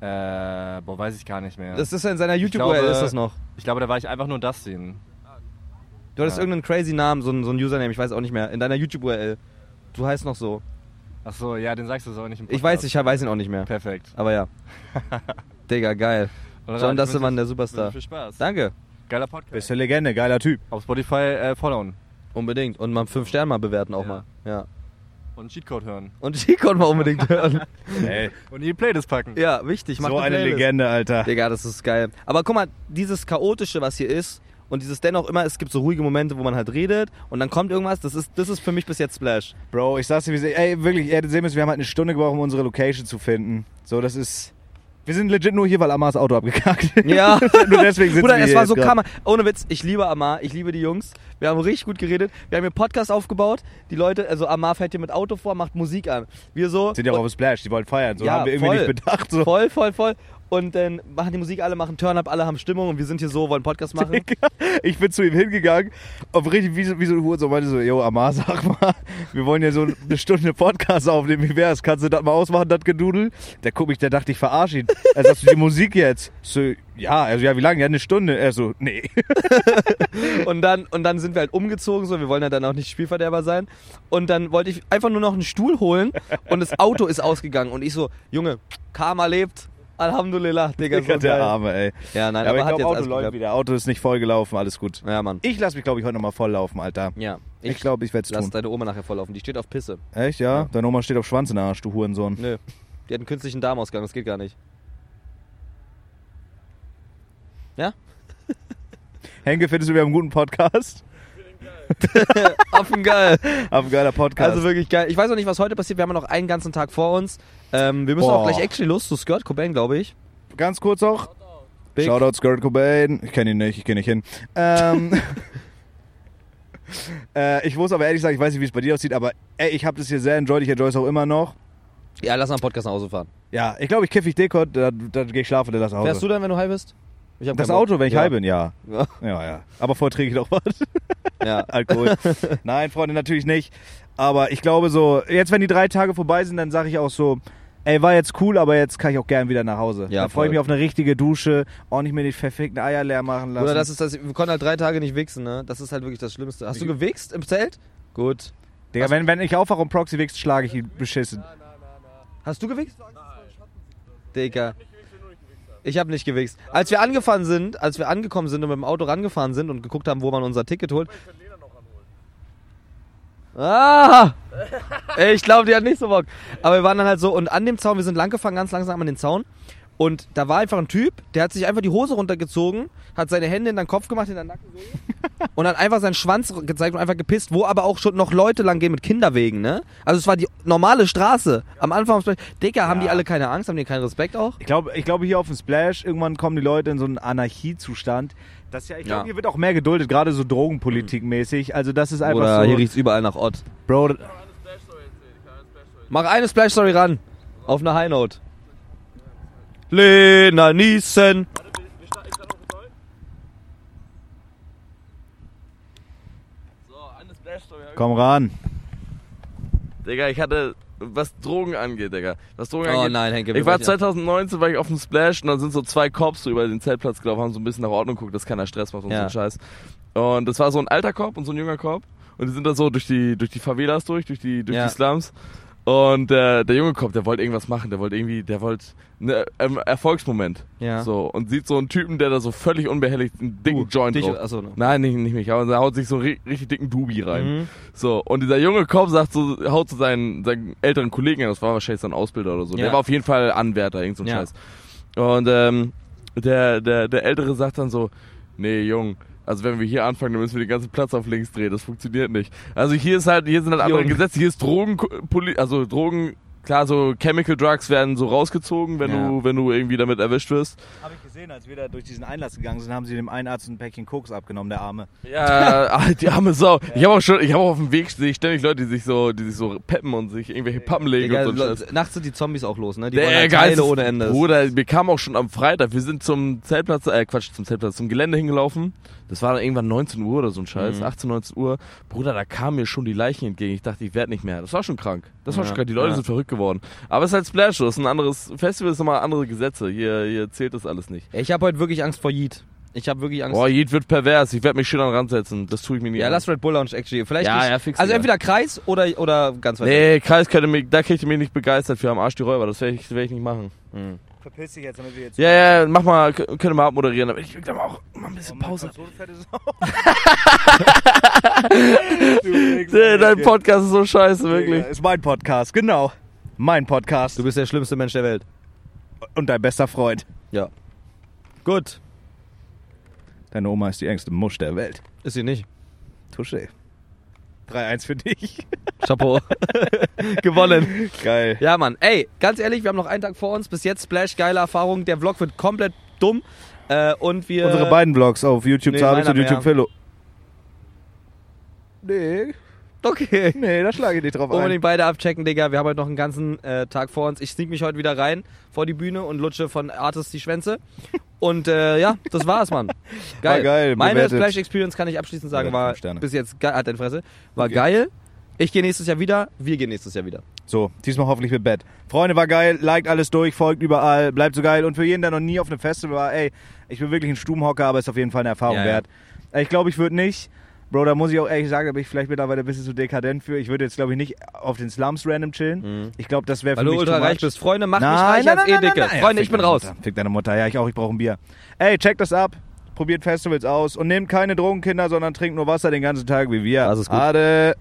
[SPEAKER 9] Äh, boah, weiß ich gar nicht mehr.
[SPEAKER 2] Das ist ja in seiner
[SPEAKER 9] glaube-
[SPEAKER 2] YouTube-URL ist das noch.
[SPEAKER 9] ich glaube, da war ich einfach nur Dustin.
[SPEAKER 2] Du hattest irgendeinen crazy Namen, so ein, so ein Username, ich weiß auch nicht mehr, in deiner YouTube-URL. Du heißt noch so.
[SPEAKER 9] Achso, ja, den sagst du so nicht im
[SPEAKER 2] Ich weiß, ich weiß ihn auch nicht mehr.
[SPEAKER 9] Perfekt.
[SPEAKER 2] Aber ja. Digga, geil.
[SPEAKER 9] Oder
[SPEAKER 2] John
[SPEAKER 9] ich wünsche-
[SPEAKER 2] Dusselmann, der Superstar.
[SPEAKER 9] Viel Spaß.
[SPEAKER 2] Danke.
[SPEAKER 9] Geiler Podcast.
[SPEAKER 1] Bist eine Legende, geiler Typ.
[SPEAKER 9] Auf Spotify äh, followen.
[SPEAKER 2] Unbedingt. Und mal fünf Sterne mal bewerten auch
[SPEAKER 9] Ja.
[SPEAKER 2] mal. Ja.
[SPEAKER 9] Und Cheatcode hören.
[SPEAKER 2] Und die konnten wir unbedingt hören.
[SPEAKER 1] Ey,
[SPEAKER 9] Und die Playlist packen.
[SPEAKER 2] Ja, wichtig. Mach
[SPEAKER 1] so eine
[SPEAKER 2] Playlist.
[SPEAKER 1] Legende, Alter.
[SPEAKER 2] Digga, das ist geil. Aber guck mal, dieses Chaotische, was hier ist, und dieses dennoch immer, es gibt so ruhige Momente, wo man halt redet und dann kommt irgendwas, das ist, das ist für mich bis jetzt Splash.
[SPEAKER 1] Bro, ich sag's dir, wie sie- ey, wirklich, ihr hättet sehen müssen, wir haben halt eine Stunde gebraucht, um unsere Location zu finden. So, das ist. Wir sind legit nur hier, weil Amars Auto abgekackt ist.
[SPEAKER 2] Ja.
[SPEAKER 1] nur deswegen sitzen
[SPEAKER 2] Bruder,
[SPEAKER 1] wir
[SPEAKER 2] es
[SPEAKER 1] hier
[SPEAKER 2] war
[SPEAKER 1] jetzt
[SPEAKER 2] so
[SPEAKER 1] grad.
[SPEAKER 2] Kammer. Ohne Witz, ich liebe Amar, ich liebe die Jungs. Wir haben richtig gut geredet. Wir haben hier Podcast aufgebaut. Die Leute, also Amar fährt hier mit Auto vor, macht Musik an. Wir so.
[SPEAKER 1] Sind ja auch auf dem Splash, die wollen feiern. So
[SPEAKER 2] Ja,
[SPEAKER 1] haben wir irgendwie
[SPEAKER 2] voll.
[SPEAKER 1] nicht bedacht. So.
[SPEAKER 2] Voll, voll, voll. Und dann machen die Musik alle, machen Turn-Up, alle haben Stimmung und wir sind hier so, wollen Podcast machen.
[SPEAKER 1] Ich bin zu ihm hingegangen, auf richtig wie so, wie so eine Uhr, so meinte so, yo, Amar, sag mal, wir wollen ja so eine Stunde Podcast aufnehmen, wie wär's? Kannst du das mal ausmachen, das Gedudel? Der guckt mich, der dachte, ich verarsche ihn. Er sagt, so, die Musik jetzt? Ich so, ja, also ja, wie lange? Ja, eine Stunde. Er so, nee.
[SPEAKER 2] Und dann, und dann sind wir halt umgezogen, so, wir wollen ja dann auch nicht Spielverderber sein. Und dann wollte ich einfach nur noch einen Stuhl holen und das Auto ist ausgegangen. Und ich so, Junge, Karma lebt. Alhamdulillah, Digga.
[SPEAKER 1] Digga,
[SPEAKER 2] So
[SPEAKER 1] der
[SPEAKER 2] geil.
[SPEAKER 1] Arme, ey.
[SPEAKER 2] Ja, nein,
[SPEAKER 1] Aber,
[SPEAKER 2] aber,
[SPEAKER 1] ich
[SPEAKER 2] hat
[SPEAKER 1] glaube,
[SPEAKER 2] jetzt
[SPEAKER 1] Auto
[SPEAKER 2] alles
[SPEAKER 1] läuft
[SPEAKER 2] geklappt.
[SPEAKER 1] wieder. Auto ist nicht vollgelaufen, alles gut.
[SPEAKER 2] Ja, Mann.
[SPEAKER 1] Ich lasse mich, glaube ich, heute nochmal volllaufen, Alter.
[SPEAKER 2] Ja.
[SPEAKER 1] Ich, glaube, ich werde es
[SPEAKER 2] lass
[SPEAKER 1] tun.
[SPEAKER 2] deine Oma nachher volllaufen. Die steht auf Pisse.
[SPEAKER 1] Echt, ja? Deine Oma steht auf Schwanz in der Arsch, du Hurensohn.
[SPEAKER 2] Nö. Die hat einen künstlichen Darmausgang, das geht gar nicht.
[SPEAKER 1] Henke, findest du, wir haben einen guten Podcast?
[SPEAKER 2] Affengeil.
[SPEAKER 1] Haben ein geiler Podcast.
[SPEAKER 2] Also wirklich geil. Ich weiß auch nicht, was heute passiert. Wir haben noch einen ganzen Tag vor uns. Ähm, wir müssen auch
[SPEAKER 1] Boah.
[SPEAKER 2] gleich actually los zu Skirt Cobain, glaube ich.
[SPEAKER 1] ganz kurz auch.
[SPEAKER 2] Big.
[SPEAKER 1] Shoutout Skirt Cobain. Ich kenne ihn nicht, ich gehe nicht hin. Ähm, äh, ich muss aber ehrlich sagen, ich weiß nicht, wie es bei dir aussieht, aber ey, ich habe das hier sehr enjoyed. Ich enjoy es auch immer noch.
[SPEAKER 2] Ja, lass mal einen Podcast nach Hause fahren.
[SPEAKER 1] Ja, ich glaube, ich kiff ich Dekot, dann, dann gehe ich schlafen und dann lass Auto.
[SPEAKER 2] Fährst du dann, wenn du high bist? Ich hab
[SPEAKER 1] das
[SPEAKER 2] keinen Bock.
[SPEAKER 1] Auto, wenn ich
[SPEAKER 2] ja.
[SPEAKER 1] high bin, ja.
[SPEAKER 2] Ja.
[SPEAKER 1] Ja, ja. Aber vorher trinke ich noch was.
[SPEAKER 2] Ja.
[SPEAKER 1] Alkohol. Nein, Freunde, natürlich nicht. Aber ich glaube so, jetzt wenn die drei Tage vorbei sind, dann sage ich auch so, ey, war jetzt cool, aber jetzt kann ich auch gern wieder nach Hause.
[SPEAKER 2] Ja,
[SPEAKER 1] dann freue
[SPEAKER 2] voll.
[SPEAKER 1] ich mich auf eine richtige Dusche, auch nicht mehr die verfickten Eier leer machen lassen.
[SPEAKER 2] Oder das ist das, wir konnten halt drei Tage nicht wichsen, ne? Das ist halt wirklich das Schlimmste. Hast du gewichst im Zelt? Gut.
[SPEAKER 1] Digga, wenn, wenn ich aufwache und Proxy wächst, schlage ich ihn beschissen.
[SPEAKER 2] Hast du gewichst? Digga. Ich habe nicht gewichst. Als wir angefahren sind, als wir angekommen sind und mit dem Auto rangefahren sind und geguckt haben, wo man unser Ticket holt. Ah! Ey, ich glaube, die hat nicht so Bock. Aber wir waren dann halt so und an dem Zaun, wir sind langgefahren, ganz langsam an den Zaun. Und da war einfach ein Typ, der hat sich einfach die Hose runtergezogen, hat seine Hände in den Kopf gemacht, in den Nacken und hat einfach seinen Schwanz gezeigt und einfach gepisst, wo aber auch schon noch Leute lang gehen mit Kinderwegen, ne? Also es war die normale Straße. Am Anfang, am Splash- Digga, haben die alle keine Angst, haben die keinen Respekt auch?
[SPEAKER 1] Ich glaube, ich glaube hier auf dem Splash, irgendwann kommen die Leute in so einen Anarchiezustand. Das ist ja, ich glaube,
[SPEAKER 2] Ja.
[SPEAKER 1] hier wird auch mehr geduldet, gerade so drogenpolitikmäßig. Also das ist einfach
[SPEAKER 2] Oder
[SPEAKER 1] so.
[SPEAKER 2] hier riecht's überall nach Ott.
[SPEAKER 1] Bro,
[SPEAKER 2] Mach eine Splash-Story ran. Auf eine High Note. Lena Niesen.
[SPEAKER 1] komm ran.
[SPEAKER 3] Digga, ich hatte, was Drogen angeht, Digga. Was Drogen
[SPEAKER 2] Oh
[SPEAKER 3] angeht.
[SPEAKER 2] nein, Henke. wir
[SPEAKER 3] Ich war
[SPEAKER 2] wollen ja-
[SPEAKER 3] 2019, war ich auf dem Splash und dann sind so zwei Cops so über den Zeltplatz gelaufen, haben so ein bisschen nach Ordnung geguckt, dass keiner Stress macht und so
[SPEAKER 2] Ja.
[SPEAKER 3] einen Scheiß. Und das war so ein alter Cop und so ein junger Cop und die sind da so durch die durch die Favelas durch, durch die durch
[SPEAKER 2] Ja.
[SPEAKER 3] die Slums. Und äh, der junge Cop, der wollte irgendwas machen, der wollte irgendwie, der wollte ne, ähm, Erfolgsmoment.
[SPEAKER 2] Ja.
[SPEAKER 3] So und sieht so einen Typen, der da so völlig unbehelligt einen dicken Joint
[SPEAKER 2] dich-
[SPEAKER 3] raucht.
[SPEAKER 2] achso, ne.
[SPEAKER 3] Nein, nicht, nicht mich, aber er haut sich so ri- richtig dicken Dubi rein.
[SPEAKER 2] Mhm.
[SPEAKER 3] So, und dieser junge Cop sagt so, haut zu seinen, seinen älteren Kollegen an, das war wahrscheinlich sein Ausbilder oder so.
[SPEAKER 2] Ja.
[SPEAKER 3] Der war auf jeden Fall Anwärter, irgend so ein
[SPEAKER 2] Ja.
[SPEAKER 3] Scheiß. Und ähm, der, der, der Ältere sagt dann so, nee, Jung, also wenn wir hier anfangen, dann müssen wir den ganzen Platz auf links drehen, das funktioniert nicht. Also hier ist halt, hier sind halt andere
[SPEAKER 2] Jung.
[SPEAKER 3] Gesetze, hier ist Drogen, also Drogen, klar, so Chemical Drugs werden so rausgezogen, wenn
[SPEAKER 2] Ja.
[SPEAKER 3] du, wenn du irgendwie damit erwischt wirst.
[SPEAKER 1] Habe ich gesehen, als wir da durch diesen Einlass gegangen sind, haben sie dem einen Arzt ein Päckchen Koks abgenommen, der Arme.
[SPEAKER 3] Ja, ah, die arme Sau. Ich habe auch schon, ich habe auf dem Weg sehe ich ständig Leute, die sich so, die sich so peppen und sich irgendwelche Pappen legen
[SPEAKER 2] Äh, Digga,
[SPEAKER 3] und so. einen
[SPEAKER 2] Leute,
[SPEAKER 3] Scheiß.
[SPEAKER 2] nachts sind die Zombies auch los, ne? Die wollen
[SPEAKER 3] Der
[SPEAKER 2] halt Teile
[SPEAKER 3] geilste
[SPEAKER 2] ohne Ende.
[SPEAKER 3] Bruder, wir kamen auch schon am Freitag. Wir sind zum Zeltplatz, äh Quatsch, zum Zeltplatz, zum Gelände hingelaufen. Das war dann irgendwann 19 Uhr oder so ein Scheiß,
[SPEAKER 2] Mhm.
[SPEAKER 3] 18, 19 Uhr. Bruder, da kamen mir schon die Leichen entgegen. Ich dachte, ich werd nicht mehr. Das war schon krank. Das war
[SPEAKER 2] Ja,
[SPEAKER 3] schon krank. Die Leute
[SPEAKER 2] ja.
[SPEAKER 3] sind verrückt geworden. Aber es ist halt Splash, das ist ein anderes Festival, das ist nochmal andere Gesetze. Hier, hier zählt das alles nicht.
[SPEAKER 2] Ich habe heute wirklich Angst vor Yeet. Ich habe wirklich Angst.
[SPEAKER 3] Boah, Jed wird pervers. Ich werde mich schön an den Rand setzen. Das tue ich mir nicht
[SPEAKER 2] ja,
[SPEAKER 3] an.
[SPEAKER 2] lass Red Bull Lounge actually. Vielleicht
[SPEAKER 3] Genau. Ja,
[SPEAKER 2] nicht-
[SPEAKER 3] ja, fix,
[SPEAKER 2] Also
[SPEAKER 3] Digga.
[SPEAKER 2] entweder Kreis oder, oder ganz weit.
[SPEAKER 3] Nee, Kreis könnte mich, da kriegt ihr mich nicht begeistert für am Arsch die Räuber. Das werde ich, werd ich nicht machen.
[SPEAKER 1] Verpiss dich jetzt, damit wir jetzt.
[SPEAKER 3] Ja, ja, mach mal, k- könnt ihr mal abmoderieren. Aber ich will da mal auch mal ein bisschen Pause. Nee, Dein Podcast ist so scheiße, wirklich.
[SPEAKER 1] Ist mein Podcast, genau. Mein Podcast.
[SPEAKER 2] Du bist der schlimmste Mensch der Welt.
[SPEAKER 1] Und dein bester Freund.
[SPEAKER 2] Ja. Gut.
[SPEAKER 1] Deine Oma ist die engste Musch der Welt.
[SPEAKER 2] Ist sie nicht.
[SPEAKER 1] Touché. 3-1 für dich.
[SPEAKER 2] Chapeau. Gewonnen.
[SPEAKER 1] Geil.
[SPEAKER 2] Ja, Mann. Ey, ganz ehrlich, wir haben noch einen Tag vor uns. Bis jetzt Splash, geile Erfahrung. Der Vlog wird komplett dumm. Äh, und wir.
[SPEAKER 1] Unsere beiden Vlogs auf YouTube
[SPEAKER 2] nee,
[SPEAKER 1] Zabix und
[SPEAKER 2] meiner
[SPEAKER 1] YouTube
[SPEAKER 2] mehr.
[SPEAKER 1] Fellow. Nee,
[SPEAKER 2] Okay.
[SPEAKER 1] nee, da schlage ich nicht drauf ein.
[SPEAKER 2] Unbedingt beide abchecken, Digga. Wir haben heute noch einen ganzen äh, Tag vor uns. Ich sneak mich heute wieder rein vor die Bühne und lutsche von Artis die Schwänze. Und äh, ja, das war's, Mann. Geil.
[SPEAKER 1] War geil,
[SPEAKER 2] Meine
[SPEAKER 1] bewertet.
[SPEAKER 2] Splash Experience kann ich abschließend sagen,
[SPEAKER 1] Bewertet
[SPEAKER 2] war
[SPEAKER 1] fünf Sterne.
[SPEAKER 2] bis jetzt geil. Hat dein Fresse. War geil. Ich gehe nächstes Jahr wieder. Wir gehen nächstes Jahr wieder.
[SPEAKER 1] So, diesmal hoffentlich mit Bett. Freunde, war geil, liked alles durch, folgt überall, bleibt so geil. Und für jeden, der noch nie auf einem Festival war, ey, ich bin wirklich ein Stubenhocker, aber ist auf jeden Fall eine Erfahrung
[SPEAKER 2] Ja, ja.
[SPEAKER 1] wert. Ey, Ich glaube, ich würde nicht, Bro, da muss ich auch ehrlich sagen, da bin ich vielleicht mittlerweile ein bisschen zu dekadent für. Ich würde jetzt, glaube ich, nicht auf den Slums random chillen. Ich glaube, das wäre für
[SPEAKER 2] Mhm. Weil du
[SPEAKER 1] mich
[SPEAKER 2] ultra
[SPEAKER 1] too much.
[SPEAKER 2] reich bist. Freunde, macht mich
[SPEAKER 1] Nein,
[SPEAKER 2] reich
[SPEAKER 1] nein, nein,
[SPEAKER 2] als eh
[SPEAKER 1] nein,
[SPEAKER 2] Dicke.
[SPEAKER 1] nein, nein.
[SPEAKER 2] Freunde,
[SPEAKER 1] Ja,
[SPEAKER 2] ich bin
[SPEAKER 1] fick deine
[SPEAKER 2] raus.
[SPEAKER 1] Mutter. Fick deine Mutter, ja, ich auch, ich brauche ein Bier. Ey, check das ab. Probiert Festivals aus und nehmt keine Drogen, Kinder, sondern trinkt nur Wasser den ganzen Tag wie wir.
[SPEAKER 2] Das ist gut.
[SPEAKER 1] Ade.